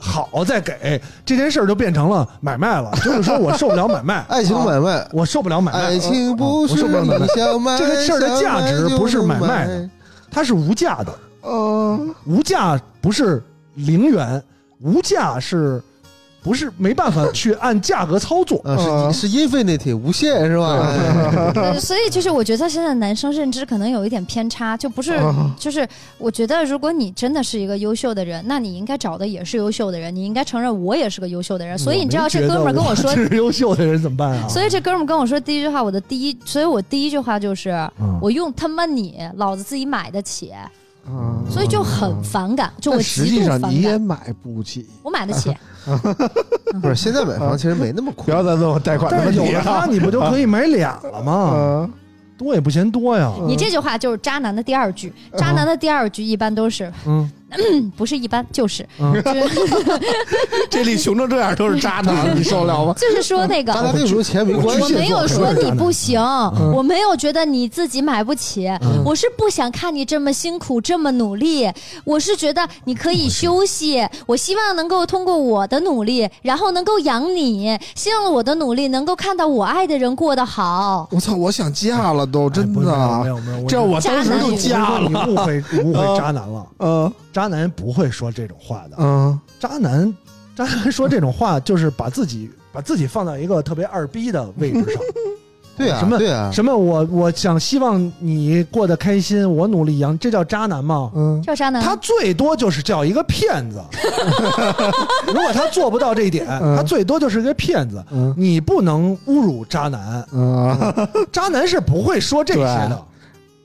D: 好再给这件事儿，就变成了买卖了。就是说我受不了买卖，啊
G: 爱情买卖，哎
D: 我受不了买卖
G: 爱，情不
D: 我
G: 是
D: 受啊不了买卖
G: 你想买，
D: 这个事儿的价值
G: 想买
D: 不是
G: 就
D: 买
G: 能
D: 卖
G: 买？
D: 的它是无价的，
B: 嗯，
D: 无价不是零元，无价是不是没办法去按价格操作
G: 啊，是是 infinity 无限是吧？
C: 对，所以就是我觉得现在男生认知可能有一点偏差，就不是、
B: 啊
C: 就是我觉得如果你真的是一个优秀的人，那你应该找的也是优秀的人，你应该承认我也是个优秀的人。所以你知道这哥们儿跟我说，
D: 这是优秀的人怎么办啊？
C: 所以这哥们儿跟我说第一句话，我的第一，所以我第一句话就是、
D: 嗯
C: 我用他妈你，老子自己买得起，
B: 嗯
C: 所以就很反感，就我
B: 但实
C: 极
B: 际
C: 度
B: 上
C: 反
B: 你也
C: 感。
B: 买不起，
C: 我买得 起，
G: 不是，现在买房其实没那么
B: 不
G: 苦。
B: 要再问我贷款的
D: 但
B: 问
D: 是有
B: 题
D: 了
B: 了。
D: 它，你不就
B: 啊
D: 可以买俩了吗？
B: 嗯，
D: 多也不嫌多呀。
C: 你这句话就是渣男的第二句。
B: 嗯
C: 渣男的第二句一般都是，
D: 嗯，
C: 不是一般就是，
D: 嗯
C: 就是？
B: 这里穷成这样都是渣男，你受得了吗
C: 就是说那个，
G: 咱俩跟有没有钱没关
C: 我
G: 系，
C: 没有说你不行，
D: 嗯
C: 我没有觉得你自己买不起，我是不想看你这么辛苦，这么努力。我是觉得你可以休息，我希望能够通过我的努力，然后能够养你，希望我的努力能够看到我爱的人过得好。
B: 我操，我想嫁了都，真的啊
D: 哎不是没，有没有没有，
B: 这我当时就嫁
D: 你
B: 了。
D: 误会你误会渣男了，
B: 嗯
D: 渣男不会说这种话的。
B: 嗯
D: 渣男，渣男说这种话就是把自己把自己放到一个特别二逼的位置上。
G: 对啊，
D: 什么
G: 对啊，
D: 什么我我想希望你过得开心，我努力养，这叫渣男吗？
B: 嗯，
C: 这渣男，
D: 他最多就是叫一个 骗子。如果他做不到这一点，
B: 嗯
D: 他最多就是一个骗子。
B: 嗯
D: 你不能侮辱渣男，
B: 嗯，
D: 渣男是不会说这些的。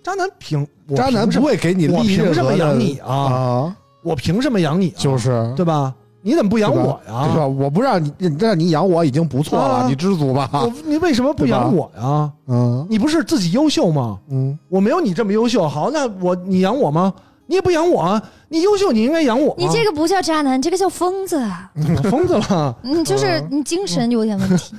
D: 渣男凭我
B: 渣男
D: 凭什
B: 不
D: 么
B: 会给你
D: 我
B: 立
D: 凭
B: 任
D: 什
B: 何的
D: 么养你啊？
B: 啊？
D: 我凭什么养你、啊？
B: 就是
D: 对吧？你怎么不养我
B: 对
D: 呀？
B: 吧？我不让你让你养我已经不错了，
D: 啊
B: 你知足吧。
D: 我你为什么不养我呀？
B: 嗯
D: 你不是自己优秀吗？
B: 嗯，
D: 我没有你这么优秀，好，那我你养我吗？你也不养我啊，你优秀，你应该养我啊。
C: 你这个不叫渣男，这个叫疯子。
D: 个疯子
B: 啊
D: 了，
C: 嗯，就是你精神有点问题。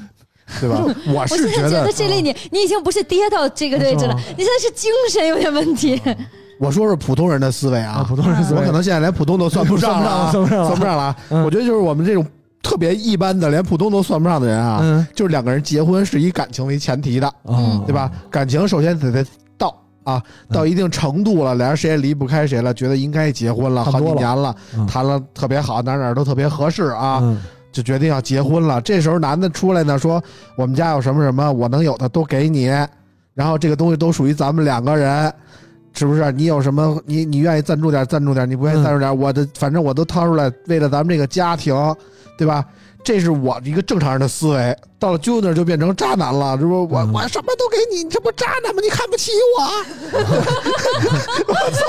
B: 对吧？我
C: 我
B: 是
C: 现在
B: 觉
C: 觉
B: 得
C: 得，这类你，你已经不是跌到这个位置了
D: 是，
C: 你现在是精神有点问题。
B: 我说是普通人的思维啊，
D: 普通人思维
B: 我可能现在连普通都算不上了啊，
D: 算不上了
B: 算不上了啊。
D: 嗯
B: 我觉得就是我们这种特别一般的，连普通都算不上的人啊，
D: 嗯
B: 就是两个人结婚是以感情为前提的，
D: 啊
B: 对吧？感情首先得得到啊，
D: 嗯
B: 到一定程度了，俩人谁也离不开谁了，觉得应该结婚了，
D: 差
B: 好
D: 不
B: 几
D: 多了
B: 年了，
D: 嗯
B: 谈了特别好，哪儿哪儿都特别合适啊，
D: 嗯
B: 就决定要结婚了。这时候男的出来呢，说我们家有什么什么，我能有的都给你，然后这个东西都属于咱们两个人，是不是？你有什么，你你愿意赞助点赞助点，你不愿意
D: 嗯
B: 赞助点，我的反正我都掏出来，为了咱们这个家庭，对吧？这是我一个正常人的思维，到了舅那儿就变成渣男了，是不是？我、
D: 嗯
B: 我什么都给你，你这不渣男吗？你看不起我，我 操，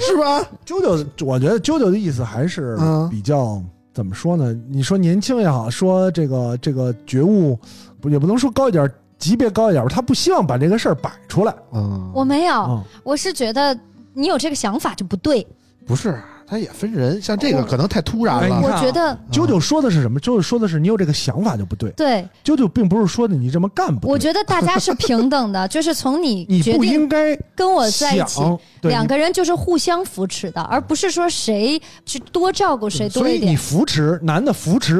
B: 是吧？
D: 啾啾，我觉得啾啾的意思还是
B: 嗯
D: 比较怎么说呢？你说年轻也好，说这个这个觉悟，不也不能说高一点，级别高一点，他不希望把这个事儿摆出来
B: 嗯，
C: 我没有，
D: 啊。
C: 我是觉得你有这个想法就不对。
B: 不是，他也分人，像这个可能太突然
D: 哎
B: 了
D: 你
C: 我。
D: 看啊
C: 觉得
D: 啾啾说的是什么？啾啾说的是你有这个想法就不对。
C: 对，
D: 啾啾并不是说的你这么干不对，
C: 我觉得大家是平等的，就是从你
D: 你
C: 决
D: 不
C: 定
D: 应该
C: 跟我在一起，
D: 想对
C: 两
D: 你
C: 个人就是互相扶持的，而不是说谁去多照顾谁多
D: 所
C: 一
D: 以你
C: 点。
D: 扶持男的扶持，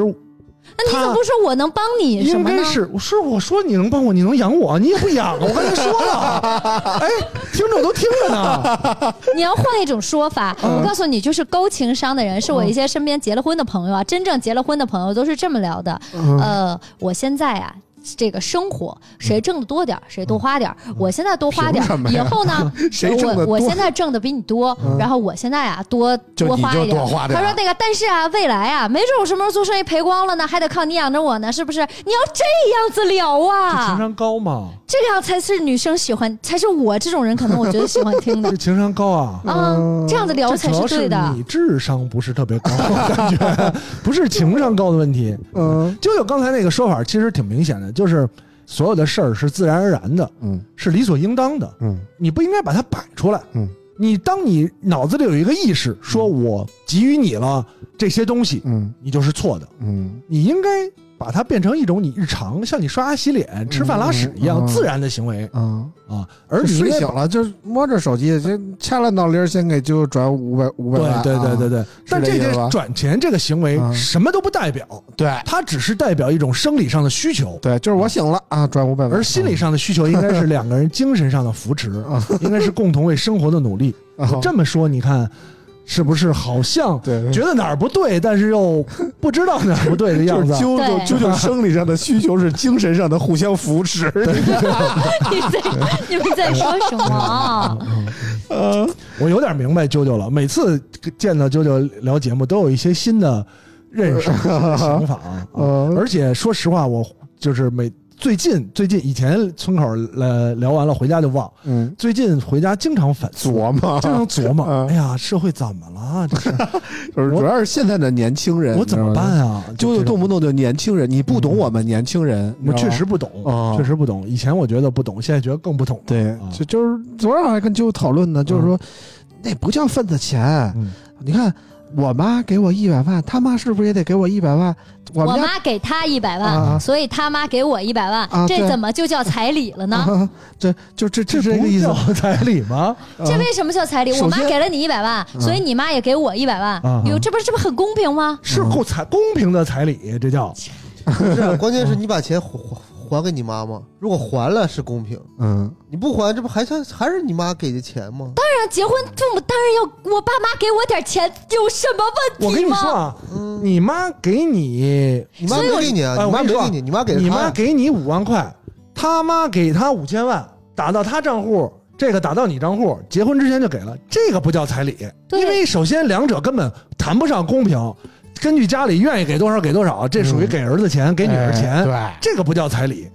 C: 那你怎
D: 他
C: 么不说我能帮你什
D: 应
C: 么
D: 该
C: 呢？
D: 是是我说你能帮我，你能养我，你也不养，我刚才说了，哎，听众都听着
C: 啊
D: 呢，
C: 你要换一种说法，
B: 嗯
C: 我告诉你，就是高情商的人，是我一些身边结了婚的朋友啊，真正结了婚的朋友都是这么聊的。
B: 嗯
C: 呃，我现在啊。这个生活，谁挣的多点儿谁多花点儿我现在多花点
B: 嗯凭
C: 儿
B: 什么
C: 以
B: 呀，
C: 后呢
B: 谁挣得多
C: 我
B: 嗯
C: 我现在挣的比你多，然后我现在啊多
B: 就
C: 多
B: 你
C: 花
B: 就
C: 一点儿。
B: 多花点儿
C: 他说那个，但是啊，未来啊，没准我什么时候做生意赔光了呢，还得靠你养着我呢，是不是？你要这样子聊
D: 这情
C: 啊，
D: 商高嘛，
C: 这样才是女生喜欢，才是我这种人可能我觉得喜欢听的
D: 这。情商高啊。
C: 啊，这样子 聊
D: 嗯这
C: 才
D: 主要
C: 对的。
D: 你智商不是特别高，我感觉不是情商高的问题。
B: 嗯
D: 就有刚才那个说法，其实挺明显的，就是所有的事儿是自然而然的，
B: 嗯
D: 是理所应当的。
B: 嗯。
D: 你不应该把它摆出来。
B: 嗯，
D: 你当你脑子里有一个意识，说我给予你了这些东西，
B: 嗯
D: 你就是错的。
B: 嗯
D: 你应该把它变成一种你日常，像你刷牙、洗脸、吃饭、拉屎一样
B: 嗯
D: 自然的行为
B: 嗯，
D: 啊。而你应
B: 睡
D: 该
B: 醒了就摸着手机，就掐了闹铃儿，先给就转五百五百万啊。
D: 对对对对对，但
B: 这
D: 这
B: 意思
D: 件
B: 吧
D: 转钱这个行为
B: 嗯
D: 什么都不代表，
B: 对
D: 它只是代表一种生理上的需求。
B: 对，嗯就是我醒了啊，转五百万。
D: 而心理上的需求应该是两个人精神上的扶持，
B: 嗯
D: 应该是共同为生活的努力。
B: 啊
D: 我这么说，你看是不是好像
B: 对
D: 觉得哪儿不对，但是又不知道哪儿不对
B: 就
D: 的样
B: 是
D: 子？啊
B: 纠
C: 对
B: 纠纠生理上的需求是精神上的互相扶持。
C: 你在你们在说什么？
D: 嗯我有点明白啾啾了。每次见到啾啾聊节目，都有一些新的认 识、新的想法 啊。
B: 嗯
D: 而且说实话，我就是每最近最近以前村口呃聊完了回家就忘，
B: 嗯，
D: 最近回家经常反思，
B: 琢磨，
D: 经常琢磨，
B: 嗯
D: 哎呀，社会怎么了？这是
B: 就是
D: 我
B: 主要是现在的年轻人，
D: 我怎么办
B: 啊？
D: 啊？
B: 纠纠
D: 就这种嗯
B: 动不动就年轻人，你不懂我们年轻人，你
D: 我
B: 知道
D: 确
B: 吗
D: 实不懂，
B: 哦
D: 确实不懂。以前我觉得不懂，现在觉得更不懂了。
B: 对
D: 啊，
B: 就就是昨儿还跟舅讨论呢，就是说那不叫份子钱
D: 嗯，
B: 你看我妈给我一百万，他妈是不是也得给我一百万？我
C: 我
B: 们家
C: 妈给他一百
B: 啊
C: 万，所以他妈给我一百
B: 啊
C: 万，
B: 对
C: 这怎么就叫彩礼了呢？
B: 啊这就这这是这个意思吗？
D: 不叫彩礼 吗？
C: 这为什么叫彩礼？
B: 首
C: 我妈
B: 先
C: 给了你一百万，所以你妈也给我一百
D: 啊
C: 万，哟，这不是这不很公平吗？
D: 嗯是够彩公平的彩礼，这叫
G: 不
D: 啊
G: 是，关键是你把钱还还还给你妈吗？如果还了是公平，
B: 嗯，
G: 你不还，这不还算还是你妈给的钱吗？
C: 那结婚父母当然要我爸妈给我点钱，有什么
D: 我
C: 问
D: 跟
C: 题
D: 你说
C: 吗？嗯
D: 啊，你妈给你，
G: 你妈没给你啊，
D: 哎
G: 你
D: 我
G: 妈
D: 跟
G: 没
D: 你说啊，
G: 给你，你妈给的
D: 你
G: 他
D: 妈
G: 呀
D: 给你五万块，他妈给他五千万，打到他账户，这个打到你账户，结婚之前就给了，这个不叫彩礼，
C: 对
D: 因为首先两者根本谈不上公平，根据家里愿意给多少给多少，这属于给儿子钱，给女儿钱，
B: 嗯哎
D: 这个不叫彩礼。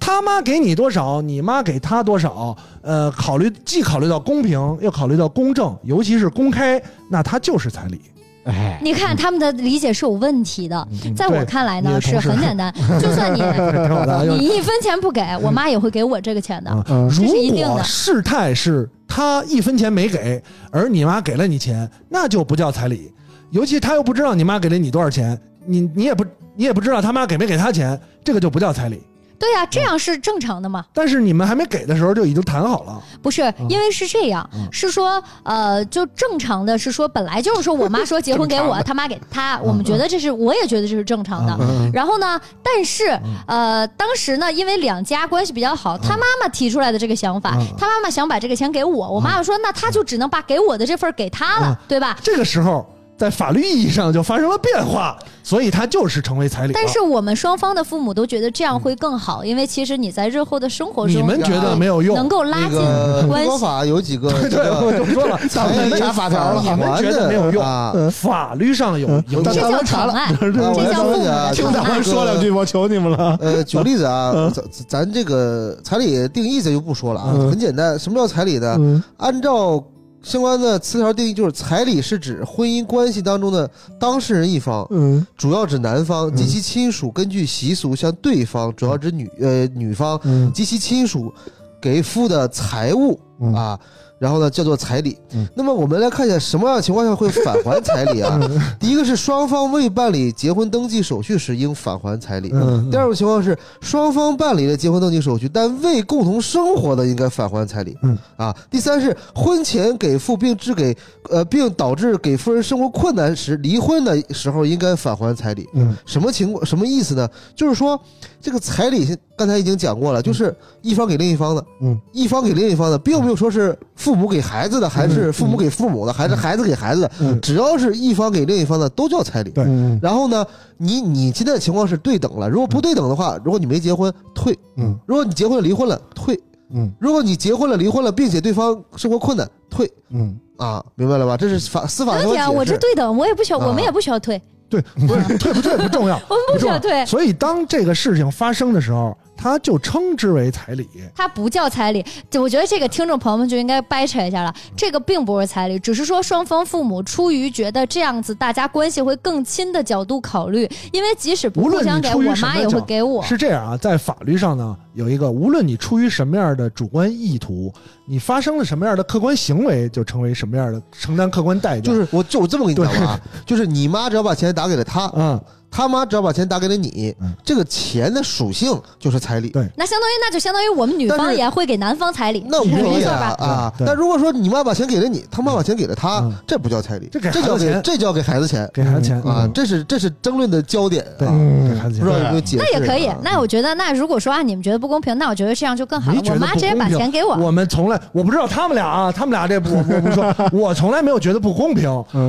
D: 他妈给你多少，你妈给他多少，呃，考虑既考虑到公平，又考虑到公正，尤其是公开，那他就是彩礼。
B: 对，哎，
C: 你看他们的理解是有问题的，在我看来呢
D: 嗯你的
C: 是
D: 同事
C: 很简 单，就算你
D: 挺好的。
C: 你一分钱不给，我妈也会给我这个钱的。
D: 啊
B: 嗯
C: 嗯这
D: 如
C: 是一定的
D: 果事态是他一分钱没给，而你妈给了你钱，那就不叫彩礼。尤其他又不知道你妈给了你多少钱，你你也不你也不知道他妈给没给他钱，这个就不叫彩礼。
C: 对呀、这样是正常的嘛？
D: 但是你们还没给的时候就已经谈好了，
C: 不是，因为是这样，是说呃，就正常的是说，本来就是说我妈说结婚给
H: 正常
C: 我，他妈给他，我们觉得这是，我也觉得这是正常的。然后呢，但是呃，当时呢，因为两家关系比较好，他妈妈提出来的这个想法，他妈妈想把这个钱给我，我妈妈说，那他就只能把给我的这份儿给他了，对吧？
D: 这个时候在法律意义上就发生了变化，所以他就是成为彩礼了。
C: 但是我们双方的父母都觉得这样会更好，因为其实你在日后的生活中，
D: 你们觉得没有用，
C: 能够拉
G: 那
C: 近
G: 个
C: 关
G: 中国
C: 系。
G: 法有几个
D: 对，我就说了，
G: 财
D: 咱们
G: 法法条了，
D: 你们觉得没有用嗯
G: 啊？
D: 法律上有影
C: 这
D: 响。
C: 叫宠爱，这
G: 啊我
C: 叫
G: 要
C: 父
G: 说
C: 母
G: 一下
C: 的
G: 啊
C: 宠
B: 听大
C: 爱。
B: 伙说两句，我求你们了。
G: 呃，举个例子啊，咱咱这个彩礼定义这就不说了啊，
D: 嗯
G: 很简单，什么叫彩礼呢？
D: 嗯
G: 按照相关的词条定义，就是彩礼是指婚姻关系当中的当事人一方，
D: 嗯
G: 主要指男方及其亲属，根据习俗向对方，主要指女呃女方
D: 嗯
G: 及其亲属给付的财物
D: 嗯
G: 啊，然后呢叫做彩礼
D: 嗯。
G: 那么我们来看一下什么样的情况下会返还彩 礼啊？
D: 嗯
G: 第一个是双方未办理结婚登记手续时应返还彩礼。
D: 嗯
G: 第二种情况是，双方办理了结婚登记手续，但未共同生活的，应该返还彩礼。
D: 嗯
G: 啊，第三是婚前给付并致给呃，并导致给夫人生活困难时，离婚的时候应该返还彩礼。
D: 嗯
G: 什么情况？什么意思呢？就是说，这个彩礼刚才已经讲过了，就是一方给另一方的，
D: 嗯，
G: 一方给另一方的，并没有说是父母给孩子的，还是父母给父母的，还是孩子给孩子的，
D: 嗯
G: 只要是一方给另一方的，都叫彩礼。
D: 对嗯
G: 然后呢，你你现在的情况是对等了，如果不对等的话，如果你没结婚退，
D: 嗯
G: 如果你结婚了离婚了退，
D: 嗯
G: 如果你结婚了离婚了，并且对方生活困难退
D: 嗯，
G: 啊，明白了吧？这是法司 法
C: 没
G: 上
C: 问
G: 的
C: 题啊，我
G: 解
C: 这
G: 释。
C: 对等，我也不需要，
G: 啊
C: 我们也不需要退，
D: 对，不是退不退不重要，
C: 我们不需要退，
D: 所以当这个事情发生的时候，他就称之为彩礼。
C: 它不叫彩礼。就我觉得这个听众朋友们就应该掰扯一下了，这个并不是彩礼，只是说双方父母出于觉得这样子大家关系会更亲的角度考虑，因为即使不
D: 无论
C: 互
D: 你
C: 相给，
D: 出于
C: 我
D: 什么
C: 妈也
D: 角
C: 会
D: 度
C: 给我。
D: 是这样啊，在法律上呢，有一个，无论你出于什么样的主观意图，你发生了什么样的客观行为，就成为什么样的承担客观代价。
G: 就是我就我这么跟你讲吧啊，就是你妈只要把钱打给了他，
D: 嗯，
G: 他妈只要把钱打给了你
D: 嗯，
G: 这个钱的属性就是彩礼
D: 对。
C: 那相当于那就相当于我们女
G: 但
C: 方
G: 是
C: 也会给男方彩礼，
G: 那无
C: 没
G: 所谓
C: 错
G: 啊
C: 吧？
G: 啊！
D: 对
G: 但如果说你妈把钱给了你，他妈把钱给了他
D: 嗯，
G: 这不叫彩礼，
D: 这
G: 这
D: 给孩子
G: 叫给
D: 钱
G: 这叫给孩子钱
D: 给孩子钱嗯
G: 啊！这是这是争论的焦点
D: 对，
G: 啊！
D: 给孩子钱
G: 不知。道有没有解释啊？
C: 那也可以，那我觉得，那如果说按你们觉得不公平，那我觉得这样就更好了
D: 没。觉
C: 我
D: 得
C: 妈
D: 不
C: 直接把
D: 公平
C: 钱给我，
D: 我们从来我不知道他们俩啊，他们俩这不我我 不说，我从来没有觉得不公平，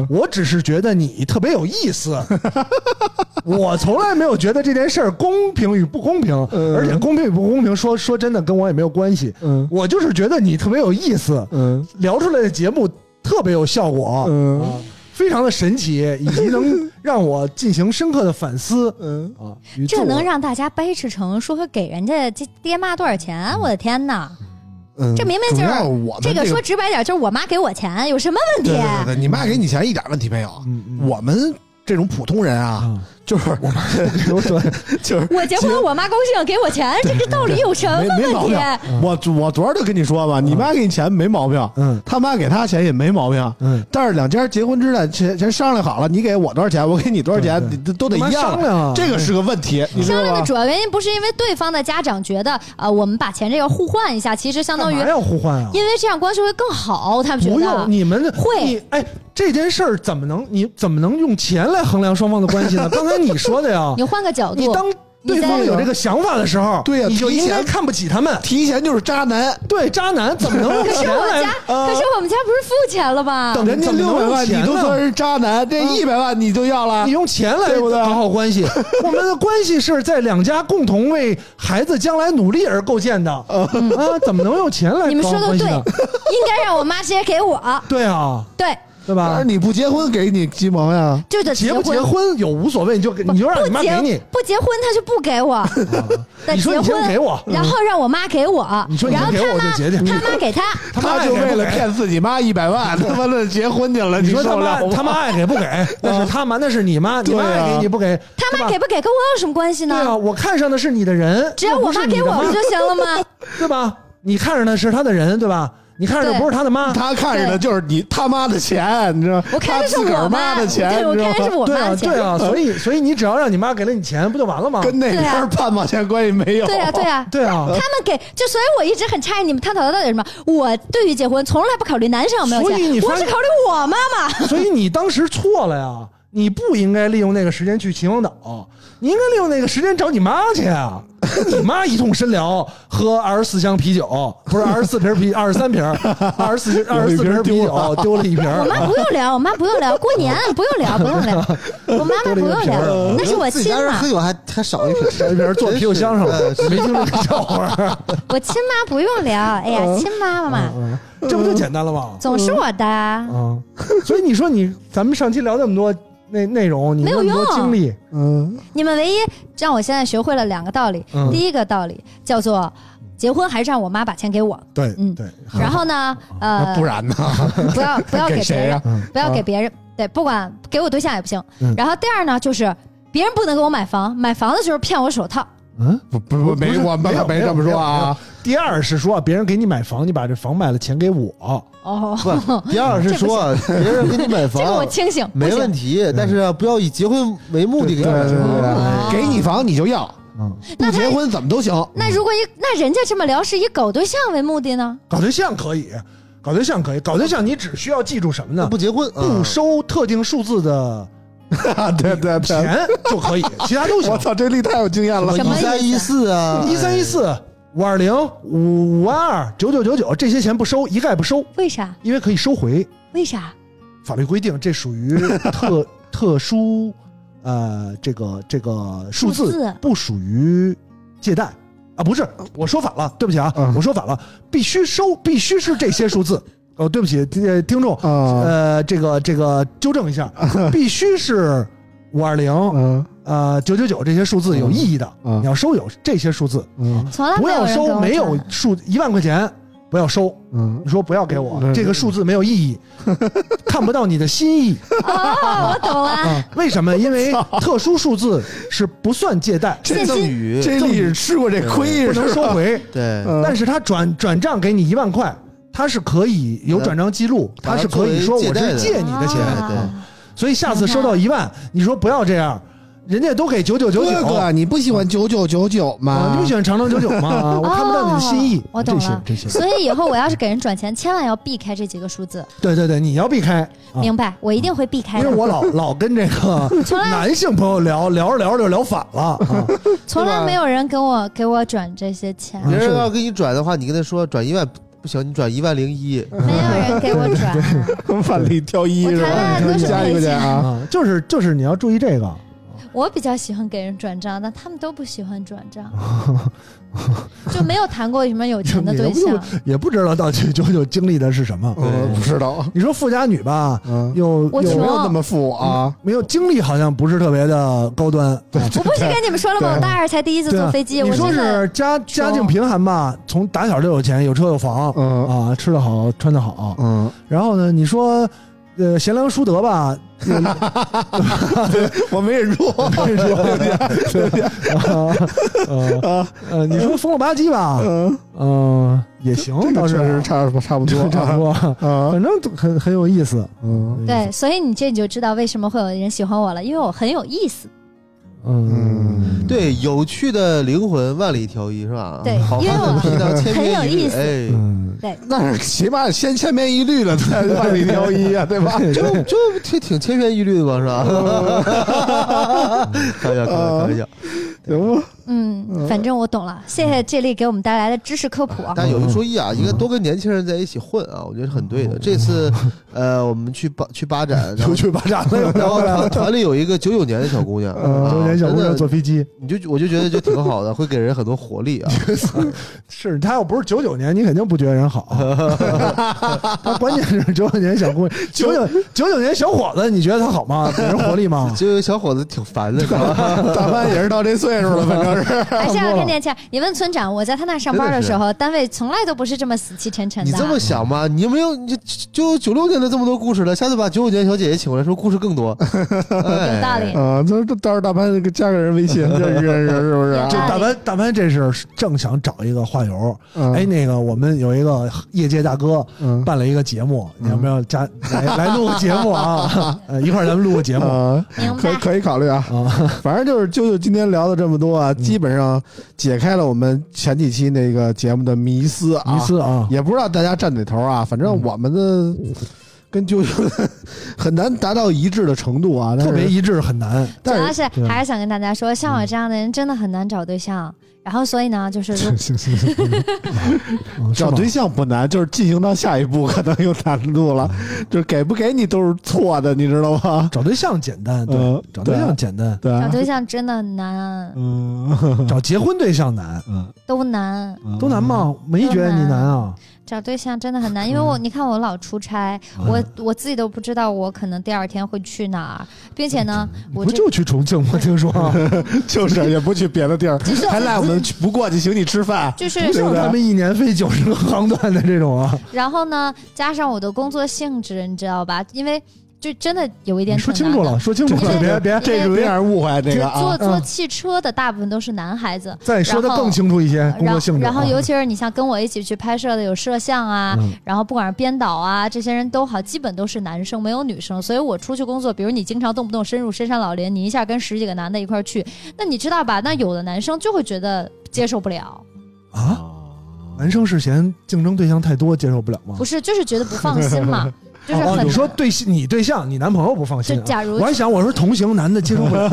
D: 我只是觉得你特别有意思，我从来没有觉得这件事儿公平与不公平，
B: 嗯
D: 而且公平与不公平说说真的跟我也没有关系，
B: 嗯
D: 我就是觉得你特别有意思，
B: 嗯
D: 聊出来的节目特别有效果，
B: 嗯
D: 啊非常的神奇，以及能让我进行深刻的反思
B: 嗯，
D: 啊，与自
C: 这
D: 我
C: 能让大家掰扯成说给人家这爹妈多少钱？我的天哪！
B: 嗯
C: 这明明
B: 主
C: 就是
B: 要我们
C: 这个说直白点，就是我妈给我钱，有什么问题啊
B: 对？对对，你妈给你钱一点问题没有。
D: 嗯嗯
B: 我们这种普通人啊，
D: 啊
B: 就是我妈 就是
C: 我结婚，我妈高兴给我钱，这个道理有什么
B: 没没
C: 问
B: 毛
C: 题
B: 病？。 我我昨儿就跟你说吧，你妈给你钱没毛病，
D: 嗯
B: 他妈给他钱也没毛病。
D: 嗯，
B: 但是两家结婚之前前前商量好了，你给我多少钱，我给你多少钱，
D: 对对
B: 你都都得
D: 你妈
B: 一样
D: 商量啊嗯
B: 了。这个是个问题，你知
C: 商
B: 道
C: 量的
B: 吧？
C: 主要原因不是因为对方的家长觉得，呃，我们把钱这个互换一下，其实相当于
D: 干嘛要互换啊？
C: 因为这样关系会更好，他们觉
D: 不
C: 得啊
D: 用，你们
C: 会
D: 你哎，这件事儿怎么能你怎么能用钱来衡量双方的关系呢？刚才你说的呀
C: 你，换个角
D: 你
C: 度，
D: 当对方有这个想法的时候，
B: 对呀
D: 你就
B: 提
D: 应该
B: 前
D: 看不起他们。
B: 提钱就是渣男，
D: 对，渣男怎么能用
C: 可是
D: 钱
C: 我
D: 来
C: 家？，
D: 呃
C: 可是我们家不是付钱了吗？
D: 等
B: 人家
D: 怎么
B: 六
D: 能
B: 百万
D: 用钱
B: 你都
D: 呢
B: 说人渣男，这一百万你就要了
D: 你。用钱来
B: 对不对
D: 搞好关系，我们的关系是在两家共同为孩子将来努力而构建的啊，怎么能用钱来
C: 你们
D: 搞
C: 说
D: 好
C: 的
D: 关系
C: 对，
D: 呢？
C: 应该让我妈直接给我。
D: 对啊，
C: 对，
D: 对
G: 但
D: 吧
G: 是？你不结婚给你鸡毛呀？
C: 就得
D: 结不
C: 婚
D: 结。婚有无所谓，你就给
C: 哦不
D: 你就让你妈
C: 不结
D: 给你，啊
C: 不结婚他就不给 我，得
D: 你说
C: 结
D: 你先
C: 婚
D: 给我，嗯
C: 然后让我妈给我，
D: 你说你
C: 然后
D: 先给我
C: 他
D: 我
C: 妈
D: 就结去。
C: 他妈给他，
D: 妈
F: 他就
D: 也不
F: 为了
D: 给
F: 骗自己妈一百万，他妈的结婚去了，
D: 你
F: 受
D: 说他
F: 得了啊
D: 妈
F: 吗？
D: 他妈嗯爱给不给？ 那是他妈，那是你妈，你妈
F: 对啊
D: 爱给你不给，
C: 他
D: 对
C: 妈
D: 吧
C: 给不给跟我有什么关系
D: 对啊，
C: 呢？
D: 我看上的是你的人，
C: 只要
D: 又
C: 我
D: 不是
C: 妈
D: 你
C: 给
D: 的
C: 我
D: 妈
C: 不就行了 吗？
D: 对吧？你看上的是他的人，对吧？你看上的
C: 对
D: 不是他的妈，
F: 他看着的
C: 对
F: 就是你他妈的钱，你知道吗？
C: 我看
F: 他
C: 的是
F: 自个
C: 我
F: 儿
C: 妈
F: 妈的钱，
C: 对，我
F: 你知道
C: 看的是
F: 吗？
C: 我
D: 对
C: 妈
D: 啊，
C: 的钱，
D: 对啊，所以所以你只要让你妈给了你钱，不就完了吗？
F: 跟那
C: 对啊
F: 边半毛钱关系没有。
C: 对啊，对啊。
D: 对啊，
C: 他们给就，所以我一直很诧异你们探讨的到底是什么。我对于结婚从来不考虑男生有没有
D: 所以你
C: 钱，
D: 发啊
C: 我只考虑我妈妈。
D: 所以你当时错了呀，你不应该利用那个时间去秦皇岛，你应该利用那个时间找你妈去啊，跟你妈一通深聊，喝二十四箱啤酒，不是二十四 瓶啤，二十三瓶，二十四二十四瓶啤酒丢了一瓶，
C: 我妈不用聊，我妈不用聊，过年
D: 啊
C: 不用聊，不用 聊，我妈妈不用聊，那是我
G: 自己
C: 亲
G: 家人
C: 妈
G: 喝，酒还还少一瓶，少
D: 啊一瓶坐啤酒箱上 了，没听这个 笑话，
C: 我亲妈不用聊。哎
D: 啊
C: 呀，亲妈妈嘛，
D: 这不就简单了吗？
C: 总是我的。
D: 啊，所以你说你咱们上期聊那么多内内容，你
C: 没有
D: 那么多
C: 用
D: 经历，
G: 嗯，
C: 你们唯一让我现在学会了两个道理，
D: 嗯
C: 第一个道理叫做结婚还是让我妈把钱给我，
D: 对
C: 嗯
D: 对，
C: 然后呢，呃，
F: 不然呢？
C: 不要不要给
F: 给
C: 别
F: 谁
D: 啊
C: 人
F: 呀，
C: 不要给别人，对，不管给我对象也不行
D: 嗯。
C: 然后第二呢，就是别人不能给我买房，买房的时候骗我手套，
F: 不不不，没我
D: 没有
F: 们没这么说啊。
D: 第二是说别人给你买房，你把这房卖了，钱给我，
C: 哦，
G: 不，第二是说别人给你 买
C: 这个我
G: 房
C: 清醒，
G: 没问
C: 题。
G: 题，但是不要以结婚为目的给你买
D: 嗯对对
G: 房。
C: 哦
F: 给你房你就要，不
C: 那他
F: 结婚怎么都行。
G: 嗯
C: 那如果以那人家这么聊是以搞对象为目的呢？
D: 搞对象可以，搞对象可以，搞对象你只需要记住什么呢？呃
G: 不结婚，嗯
D: 不收特定数字的
F: 啊 对对对，
D: 钱就可以，其他都行
F: 我。操，这例太有经验了。
C: 什么
G: 一三一四啊，
D: 嗯一三一四五二零五五万二九九九九这些钱不收，一概不收，
C: 为啥？
D: 因为可以收回。
C: 为啥？
D: 法律规定这属于特特殊，呃，这个这个数
C: 数
D: 字
C: 字
D: 不属于借贷啊，不是，我说反了，对不起啊，我说反了，必须收，必须是这些数字。哦，对不起，呃听众，
F: 啊，
D: 呃，这个这个纠正一 下，必须是五二零、
F: 嗯
D: 呃九九九这些数字有意义的，
F: 嗯
D: 你要收有这些数字，
F: 嗯
C: 从来
D: 不
C: 没有
D: 要
C: 人给
D: 收
C: 我
D: 没有
C: 转
D: 数一万块钱不要收，
F: 嗯，
D: 你说不要给我
F: 嗯
D: 这个数字没有意 义，看不到你的心意
C: 哦，我懂 了，
D: 啊？为什么？因为特殊数字是不算借贷，
F: 这赠
G: 语
F: 这例是吃过这亏
D: 不能
F: 是
D: 收
F: 吧？
D: 回，
G: 对，嗯
D: 但是他转转账给你一万块。他是可以有转账记录，
G: 嗯把它
D: 他是可以说
G: 作为
D: 我
G: 借贷
D: 是
G: 的哎
D: 借你的钱，
C: 啊
G: 对对
D: 所以下次收到一万，你说不要这样，人家都给九九九九
F: 哥，哥，你不喜欢九九九九
D: 啊
F: 吗？
D: 你不喜欢长长久久 吗？啊我看不到你的心意
C: 哦，我懂
D: 这些
C: 了
D: 这些，
C: 所以以后我要是给人转钱，千万要避开这几个数字，
D: 对对对，你要避开，啊
C: 明白？我一定会避开
D: 因为
C: 的。
D: 我老老跟这个
C: 哎从来
D: 男性朋友聊聊着聊着就聊反了啊，
C: 从来没有人给我给我转这些 钱，
G: 别人要给你转的话，你跟他说转一万不行，你转一万零一，
D: 嗯
C: 没有人给我转。
F: 万里挑一
C: 我
F: 是
C: 谈恋
F: 吧
C: 爱 都？是
F: 加一
C: 赔
F: 个去
C: 钱
F: 啊。
D: 啊，就是就是你要注意这个，
C: 我比较喜欢给人转账，但他们都不喜欢转账，就没有谈过什么有钱的对
D: 也
C: 象
D: 不。也不知道到底九九经历的是什么。
F: 嗯，不知道。
D: 你说富家女吧，
F: 嗯，
D: 又
C: 我
D: 又
F: 有
C: 穷
F: 没有那么富啊？
D: 没有经历，好像不是特别的高端。啊
C: 我不是跟你们说了吗？
F: 对
C: 我大二才第一次
D: 对
C: 坐
D: 啊
C: 飞机，
D: 你
C: 我
D: 说
C: 真的
D: 是家家境贫寒吧，从打小就有钱，有车有房，
F: 嗯
D: 啊，吃得好，穿得好，
F: 嗯，
D: 然后呢，你说，呃，贤良淑德吧，
F: 我没忍住。
D: 对对啊，呃，你说疯了吧唧吧，
F: 嗯，
D: 嗯，也行，
B: 哦
F: 这
D: 倒
F: 个确
B: 啊
F: 实
D: 是
F: 差不差 不多，
D: 差不多，
B: 嗯
F: 啊。
D: 反正很很有意思。
F: 嗯，
C: 对，所以你这你就知道为什么会有人喜欢我了，因为我很有意思。
D: 嗯，
G: 对，有趣的灵魂万里挑一是吧？
C: 对
G: 好汉的皮囊千篇一律，
C: 因为
G: 哎，
D: 嗯，
F: 那是起码先千篇 一律了，再万里挑一啊，对吧？
G: 就就挺挺
D: 嗯
G: 千篇一律的吧，是吧？开玩笑，开玩笑，开玩笑。
F: 行吧，
C: 嗯，反正我懂了，谢谢这丽给我们带来的知识科普。
G: 但有一
D: 嗯
G: 说一啊，应该多跟年轻人在一起混啊，我觉得是很对的。这次，呃，我们去巴去巴展，然
B: 出
G: 后
B: 去巴掌了，
G: 然后团 团里有一个九九年的小姑娘，
D: 嗯，
G: 啊
D: 周年小姑娘
G: 真
D: 坐
G: 的，
D: 飞机，
G: 你就我就觉得就挺好的，会给人很多活力 啊。
D: 是他要不是九九年，你肯定不觉得人好。啊 他关键是九九年小姑娘，九九九九年小伙子，你觉得他好吗？给人活力 吗？
G: 就有小伙子挺烦的，是 吧
B: 大潘也是到这岁数了，反 正是
C: 还是要跟年轻人。你问村长，我在他那上班的时候，单位从来都不是这么死气沉沉
G: 你
C: 的。
G: 这么想吧，你有没有你就九六年的这么多故事了，下次把九九年小姐姐请过来，说故事更多。
C: 有道理，
B: 啊，这这到时候大潘加个人微 信认识认识，是不是啊？
D: 这大潘大潘这是正想找一个话友，
B: 嗯
D: 哎，，那个我们有一个业界大哥
B: 嗯
D: 办了一个节目，你要不要加来来录个节 目啊？呃一块儿咱们录个节目。
B: 啊，
C: 明
B: 可以
C: 白。
B: 可以考虑啊。
D: 啊，
B: 反正就是啾啾今天聊的这么多啊，基本上解开了我们前几期那个节目的迷思啊，
D: 迷思啊，
B: 也不知道大家站哪头啊，反正我们的跟啾啾的很难达到一致的程度啊，但
D: 特
B: 是
D: 别一致很难。
C: 主要
B: 但是
C: 是
D: 对
C: 还是想跟大家说，像我这样的人真的很难找对象。然后所以呢，就是 如，
D: 嗯是
B: 找
D: 吗
B: 对象不难，就是进行到下一步可能有难度了，就是给不给你都是错的，你知道吗？
D: 找对象简单，对，
B: 嗯
D: 找对象简单，
B: 对
F: 啊
C: 找对象真的难，
B: 嗯，
D: 找结婚对象难，
C: 都难。
D: 都难吗？
C: 嗯
D: 没觉得你难啊，
C: 找对象真的很难，因为我你看我老出差，我我自己都不知道我可能第二天会去哪儿，并且呢，我
D: 不
C: 这
D: 就去重庆吗？听说
B: 就是也不去别的地儿
C: 就是，
B: 还赖我们去不过去请你吃饭，
C: 就是
D: 不是有他们一年飞九十个航段的这种啊？
C: 然后呢，加上我的工作性质，你知道吧？因为就真的有一点
D: 你说清楚了，说清楚
C: 因
D: 了，
C: 为
D: 别别
B: 这有点误会这
C: 只
B: 个
C: 坐
B: 啊。
D: 嗯
C: 坐汽车的大部分都是男孩子，
D: 再说的
C: 然后
D: 更清楚一些，工
C: 然
D: 作
C: 后
D: 性质啊。
C: 然后尤其是你像跟我一起去拍摄的有摄像啊，
D: 嗯
C: 然后不管是编导啊，这些人都好，基本都是男生，没有女生。所以我出去工作，比如你经常动不动深入深山老林，你一下跟十几个男的一块儿去，那你知道吧？那有的男生就会觉得接受不了，
D: 啊，
B: 哦
D: 男生是嫌竞争对象太多，接受不了吗
C: 不？是，就是觉得不放心 嘛，就是
D: 哦，
C: 很。
D: 你说对象你对象，你男朋友不放
C: 就
D: 心啊？
C: 假如
D: 我还想，我说同行男的接受不 了，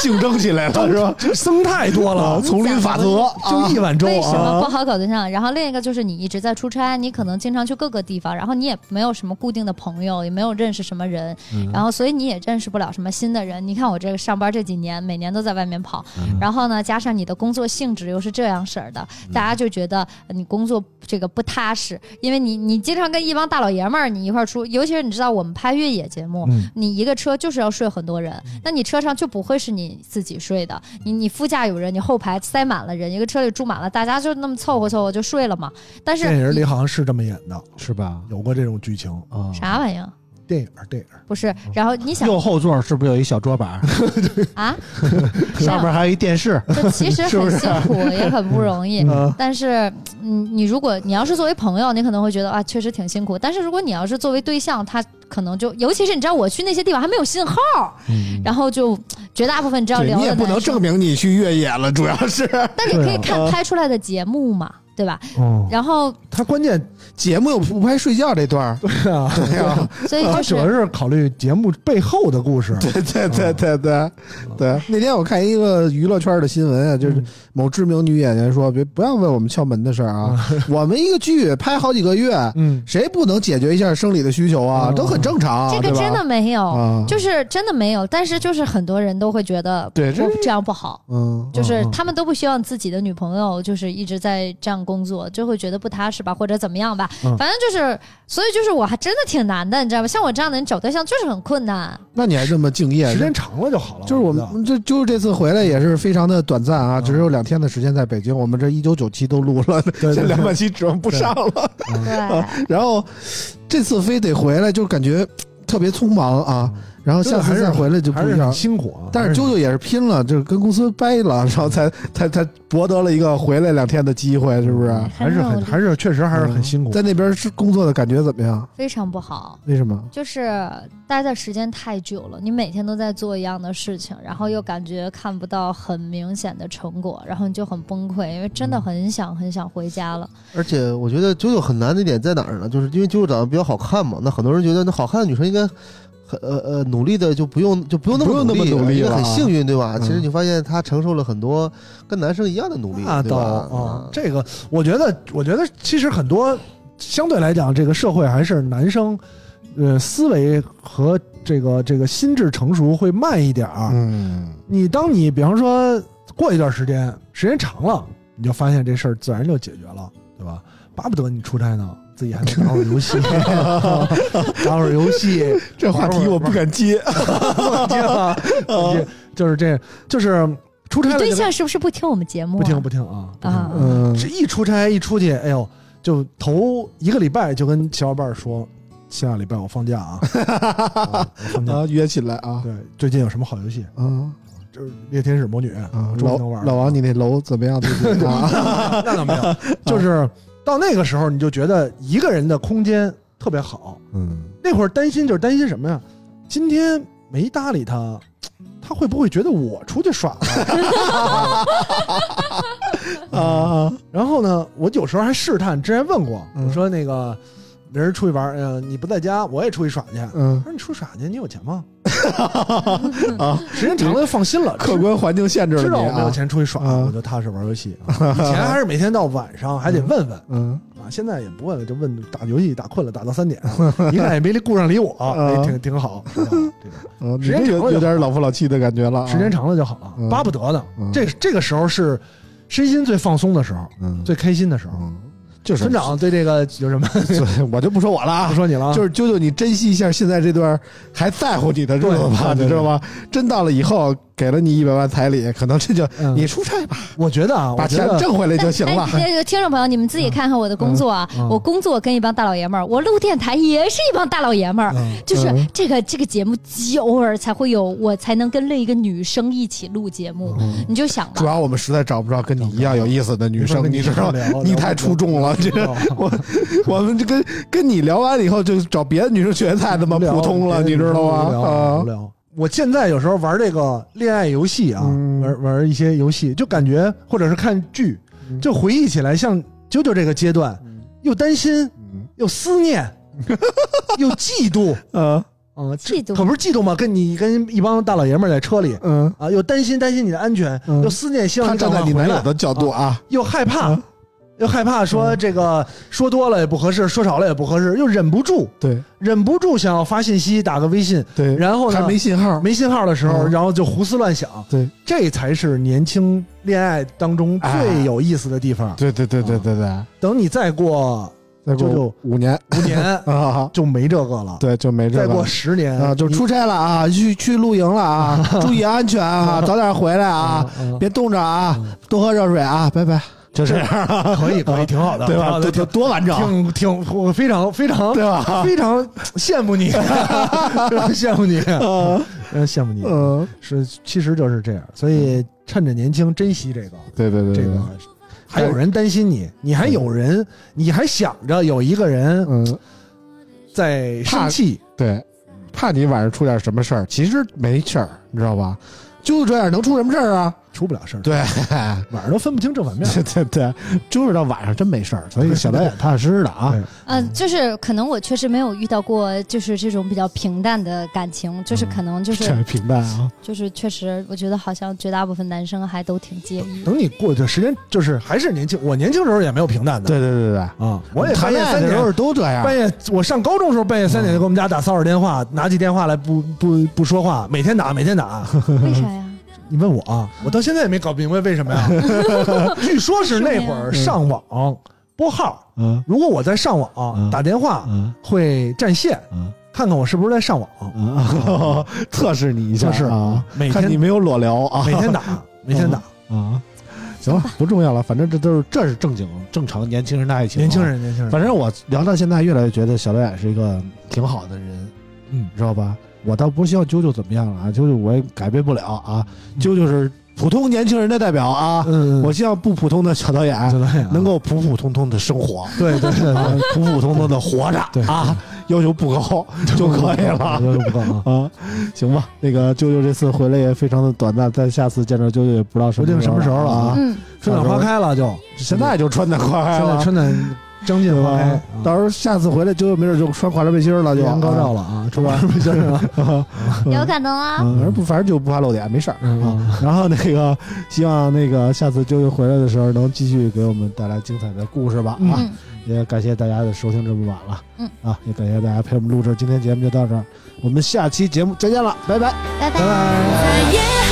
B: 竞争起来了是吧？
D: 这生太多了，
B: 丛林法则
D: 就一碗粥
C: 为什么不
D: 啊。
C: 好搞对象？然后另一个就是你一直在出差，你可能经常去各个地方，然后你也没有什么固定的朋友，也没有认识什么人，然后所以你也认识不了什么新的人。你看我这个上班这几年，每年都在外面跑，然后呢，加上你的工作性质又是这样式儿的，大家就觉得呃你工作这个不踏实，因为你你经常跟一帮大老爷们儿你一块儿出，尤其是你知道我们拍越野节目，
D: 嗯
C: 你一个车就是要睡很多人，那你车上就不会是你自己睡的，你你副驾有人，你后排塞满了人，一个车里住满了，大家就那么凑合凑合就睡了嘛。但是
D: 电影里好像 是这么演的，
B: 是吧？
D: 有过这种哦剧情。
B: 啊，
C: 啥玩意儿？
D: 电影儿电影儿，
C: 不是，然后你想
B: 右后座是不是有一小桌板？
C: 啊，
B: 上面还有一电视。
C: 这其实很辛苦，也很不容易。
D: 嗯
C: 但是，嗯，你如果你要是作为朋友，你可能会觉得啊，确实挺辛苦。但是如果你要是作为对象，他可能就，尤其是你知道我去那些地方还没有信号，然后就绝大部分你知道
B: 对
C: 聊
B: 你
C: 的
B: 也不能嗯
C: 男生
B: 证明你去越野了，主要是
C: 但你可
D: 啊
C: 以看拍出来的节目嘛，对吧？
D: 哦，
C: 然后，
D: 他关键
B: 节目又不拍睡觉这段儿，
D: 对啊，
B: 对呀，
C: 所以
D: 他
C: 就
D: 主要
C: 是
D: 是考虑节目背后的故事。
B: 对对对对对对。那天我看一个娱乐圈的新闻啊，
D: 嗯
B: 就是某知名女演员说：“别不要问我们敲门的事儿啊， 我们一个剧拍好几个月，
D: 嗯，
B: 谁不能解决一下生理的需求啊？
D: 嗯
B: 都很正常啊，
C: 这个
B: 对吧
C: 真的没有，
B: 啊，
C: 就是真的没有。但是就是很多人都会觉得
B: 对
C: 不这样不好，
B: 嗯
C: 就是他们都不希望自己的女朋友就是一直在这样工作，就会觉得不踏实吧，或者怎么样吧。
D: 嗯
C: 反正就是，所以就是我还真的挺难的，你知道吧？像我这样的人找对象就是很困难。
B: 那你还这么敬业，
D: 时
B: 那
D: 间长了就好了。嗯
B: 就是我们这就是这次回来也是非常的短暂啊，只有两天的时间在北京。我们这一九九期都录了，
D: 对
B: 这两百期指望不上了。
D: 嗯哦
C: 对，
B: 然后这次非得回来，就感觉特别匆忙啊。然后下次再回来就不
D: 还
B: 一
D: 是
B: 样
D: 很。辛苦啊。
B: 但是啾啾也是拼了，就是跟公司掰了，然后才才才博得了一个回来两天的机会，是不是？
D: 还是很嗯还是确实还是很辛苦。
B: 在那边是工作的感觉怎么样？
C: 非常不好。
B: 为什么？
C: 就是待的时间太久了，你每天都在做一样的事情，然后又感觉看不到很明显的成果，然后你就很崩溃，因为真
D: 嗯
C: 的很想很想回家了。
G: 而且我觉得九九很难的一点在哪儿呢？就是因为九九长得比较好看嘛，那很多人觉得那好看的女生应该很呃呃努力的就不用就不用那
F: 不
G: 么
F: 用那么努力
G: 也
F: 了
G: 很幸运对吧？
F: 嗯
G: 其实你发现他承受了很多跟男生一样的努力，
D: 那
G: 对
D: 倒
G: 吧？
D: 啊
F: 哦
G: 啊，
D: 这个我觉得，我觉得其实很多相对来讲，这个社会还是男生，呃，思维和这个这个心智成熟会慢一点儿。啊
F: 嗯，
D: 你当你比方说过一段时间，时间长了，你就发现这事儿自然就解决了，对吧？巴不得你出差呢，自己还能打会儿游戏， 打会儿游戏，
F: 这话题我不敢接，
D: 也就是这，就是出差
C: 你
D: 了
C: 对
D: 就
C: 象是不是不听我们节目、啊？
D: 不听不听啊不听
C: 啊
F: 嗯
D: 这一出差一出去，哎呦，就头一个礼拜就跟小伙伴说，下礼拜我放假 啊，啊我放假。
F: 啊，约起来啊，
D: 对，最近有什么好游戏？
F: 啊
D: 就是《猎天使魔女》
F: 啊
D: 我，终于能玩啊
F: 老
D: 了。
F: 老王，你那楼怎么样？最 近啊
D: 那倒没有，就是到那个时候你就觉得一个人的空间特别好。
F: 嗯，
D: 那会儿担心就是担心什么呀？今天没搭理他，他会不会觉得我出去耍了？
F: 啊，
D: 然后呢，我有时候还试探，之前问过，
F: 嗯
D: 我说那个明儿出去玩，呃，你不在家，我也出去耍去。
F: 嗯
D: 他，说你出去耍去，你有钱 吗？
F: 啊，
D: 时间长了就放心了，
F: 客观环境限制
D: 知知
F: 了
D: 道
F: 你
D: 我没有
F: 啊，
D: 钱出去耍，
F: 啊
D: 我就踏实玩游戏。啊以前还是每天到晚上还得问问
F: 嗯
D: 啊，现在也不问了，就问打游戏打困了，打到三点， 一看也没顾上理我，
F: 啊
D: 哎挺挺好，挺好这个
F: 嗯，你
D: 时间
F: 这
D: 长了
F: 有
D: 就
F: 有点老夫老妻的感觉了啊，
D: 时间长了就好
F: 嗯
D: 了，巴不得呢
F: 嗯。
D: 这这个时候是身心最放松的时候，
F: 嗯，
D: 最开心的时候。
F: 嗯，就是
D: 村长对这个有什么？
F: 对 我就不说我了啊
D: 不。说你了啊，
F: 就是啾啾，你珍惜一下现在这段还在乎你的日子
D: 对对
F: 吧，
D: 对
F: 你知道吗？真到了以后，给了你一百万彩礼，可能这就
D: 嗯
F: 你出差吧，
D: 我觉得啊，
F: 把
D: 我觉
F: 钱
D: 得
F: 挣回来就行了。嗯
C: 哎哎听众朋友，你们自己看看我的工作啊，
D: 嗯嗯
C: 我工作跟一帮大老爷们儿，我录电台也是一帮大老爷们儿。
D: 嗯
C: 就是
F: 嗯
C: 这个这个节目，极偶尔才会有我才能跟另一个女生一起录节目，你就想
F: 嗯主
C: 吧，
F: 要我们实在找不着跟你一样有意思的女
D: 一会儿
F: 生，
D: 跟
F: 你知道，
D: 聊
F: 你
D: 聊
F: 太
D: 不
F: 出众了。这
D: 聊
F: 我我们这跟跟你聊完以后，就找别的女生学太他妈
D: 无聊
F: 普通了，
D: 别
F: 你
D: 的
F: 知道
D: 无聊
F: 吗？
D: 无
F: 啊，
D: 聊。我现在有时候玩这个恋爱游戏啊，
F: 嗯
D: 玩玩一些游戏，就感觉或者是看剧，
F: 嗯
D: 就回忆起来，像啾啾这个阶段，又担心，
F: 嗯
D: 又思 念，又嫉妒，
F: 呃
D: 嗯，这
C: 嫉妒
D: 可不是嫉妒吗？跟你跟一帮大老爷们儿在车里
F: 嗯，
D: 啊，又担心担心你的安全，
F: 嗯
D: 又思念希望
F: 他
D: 你赶
F: 站
D: 快
F: 在
D: 回
F: 你
D: 来哦
F: 男友的角度啊，嗯
D: 又害怕，又害怕说这个说多了也不合适，说少了也不合适，又忍不住，
F: 对
D: 忍不住想要发信息，打个微信，
F: 对，
D: 然后呢
F: 还没信号，
D: 没信号的时候，
F: 嗯
D: 然后就胡思乱想，
F: 对
D: 这才是年轻恋爱当中最有意思的地方。
F: 对对对对对对，
D: 等你再过
F: 哎再
D: 就
F: 过
D: 就
F: 五年，
D: 五年
F: 啊，
D: 就没这个了。
F: 对，就没这
D: 再
F: 个
D: 过十年
F: 啊，就出差了啊，去去露营了 啊，注意安全啊，早点回来啊，，
D: 嗯
F: 别冻着啊， 多喝热 水啊，拜拜，就这样啊，
D: 可以可以，挺好的，
F: 对
D: 挺
F: 吧？
D: 好的
F: 多多
D: 挺
F: 多完整，
D: 挺挺，我非常非常
F: 对 吧？
D: 非常羡慕 你，非常羡慕你， 嗯，羡慕你。
F: 嗯，
D: 是，其实就是这样，所以趁着年轻，珍惜这个
F: 对对对
D: 这
F: 对
D: 个
F: 对，。
D: 还有人担心你，你还有人，你还想着有一个人
F: 嗯，
D: 在生气，
F: 对，怕你晚上出点什么事儿，其实没事儿，你知道吧？就是这样，能出什么事儿啊？
D: 出不了事儿，
F: 对，
D: 晚上都分不清正反面。
F: 对对对，就是到晚上真没事儿，所以小白也踏踏实实的啊
D: 对。
C: 嗯、就是可能我确实没有遇到过，就是这种比较平淡的感情，就是可能就是、
F: 这嗯平淡啊，
C: 就是确实，我觉得好像绝大部分男生还都挺介意。
D: 等你过去时间，就是还是年轻，我年轻时候也没有平淡的，
F: 对对对对，
D: 啊，我也
F: 谈
D: 半
F: 恋
D: 夜
F: 爱
D: 三
F: 的时
D: 点
F: 候。都这样，
D: 半夜，我上高中的时候半夜三点就给我们家打骚扰电话，拿起电话来不不不说话，每天打每天打。
C: 为啥呀？
D: 你问我啊，我到现在也没搞明白为什么 呀？据说是那会儿上网拨号，
F: 嗯
D: 如果我在上
F: 嗯
D: 网打电话
F: 嗯
D: 会占线，
F: 嗯
D: 看看我是不是在上网。
F: 啊，测试你一下，
D: 测试
F: 啊，
D: 每
F: 看你
D: 天
F: 没有裸聊啊，
D: 每天打，每天打。
F: 啊，行了，不重要了，反正这都是这是正经正常年轻人的爱情，啊
D: 年轻。人，年轻人，
F: 反正我聊到现在，越来越觉得小白也是一个挺好的人，
D: 嗯
F: 你知道吧？我倒不希望啾啾怎么样了啊，啾啾我也改变不了啊，啾啾是普通年轻人的代表啊，
D: 嗯，
F: 我希望不普通的小导演
D: 觉得呀
F: 能够普普通通的生活，
D: 对对对
F: 啊 普普通通的活着
D: 对
F: 啊，要求不 高就可以了。
D: 要求不够啊。
F: 啊，行吧，那个啾啾这次回来也非常的短暂，但下次见着啾啾也不知道什
D: 不定什么时候了
F: 啊。
D: 啊
C: 嗯，
D: 春暖花开了就，
F: 现在就穿的快
D: 现在
F: 了，
D: 春暖张晋
F: 对
D: 华
F: 吧
D: 开，？
F: 到时候下次回来就没准就穿垮了背心儿了，
D: 啊
F: 就
D: 阳高照
F: 了，
D: 了啊，是
F: 是吧
D: 吧？？
C: 有可能啊，
F: 嗯，反正不，反正就不怕露脸，没事儿啊。
D: 嗯
F: 然后那个，希望那个下次啾啾回来的时候能继续给我们带来精彩的故事吧啊！
C: 嗯，
F: 也感谢大家的收听这么晚了，
C: 嗯
F: 啊，也感谢大家陪我们录制，今天节目就到这儿，我们下期节目再见了，拜拜。
C: 拜拜。
D: 拜拜。
I: 在夜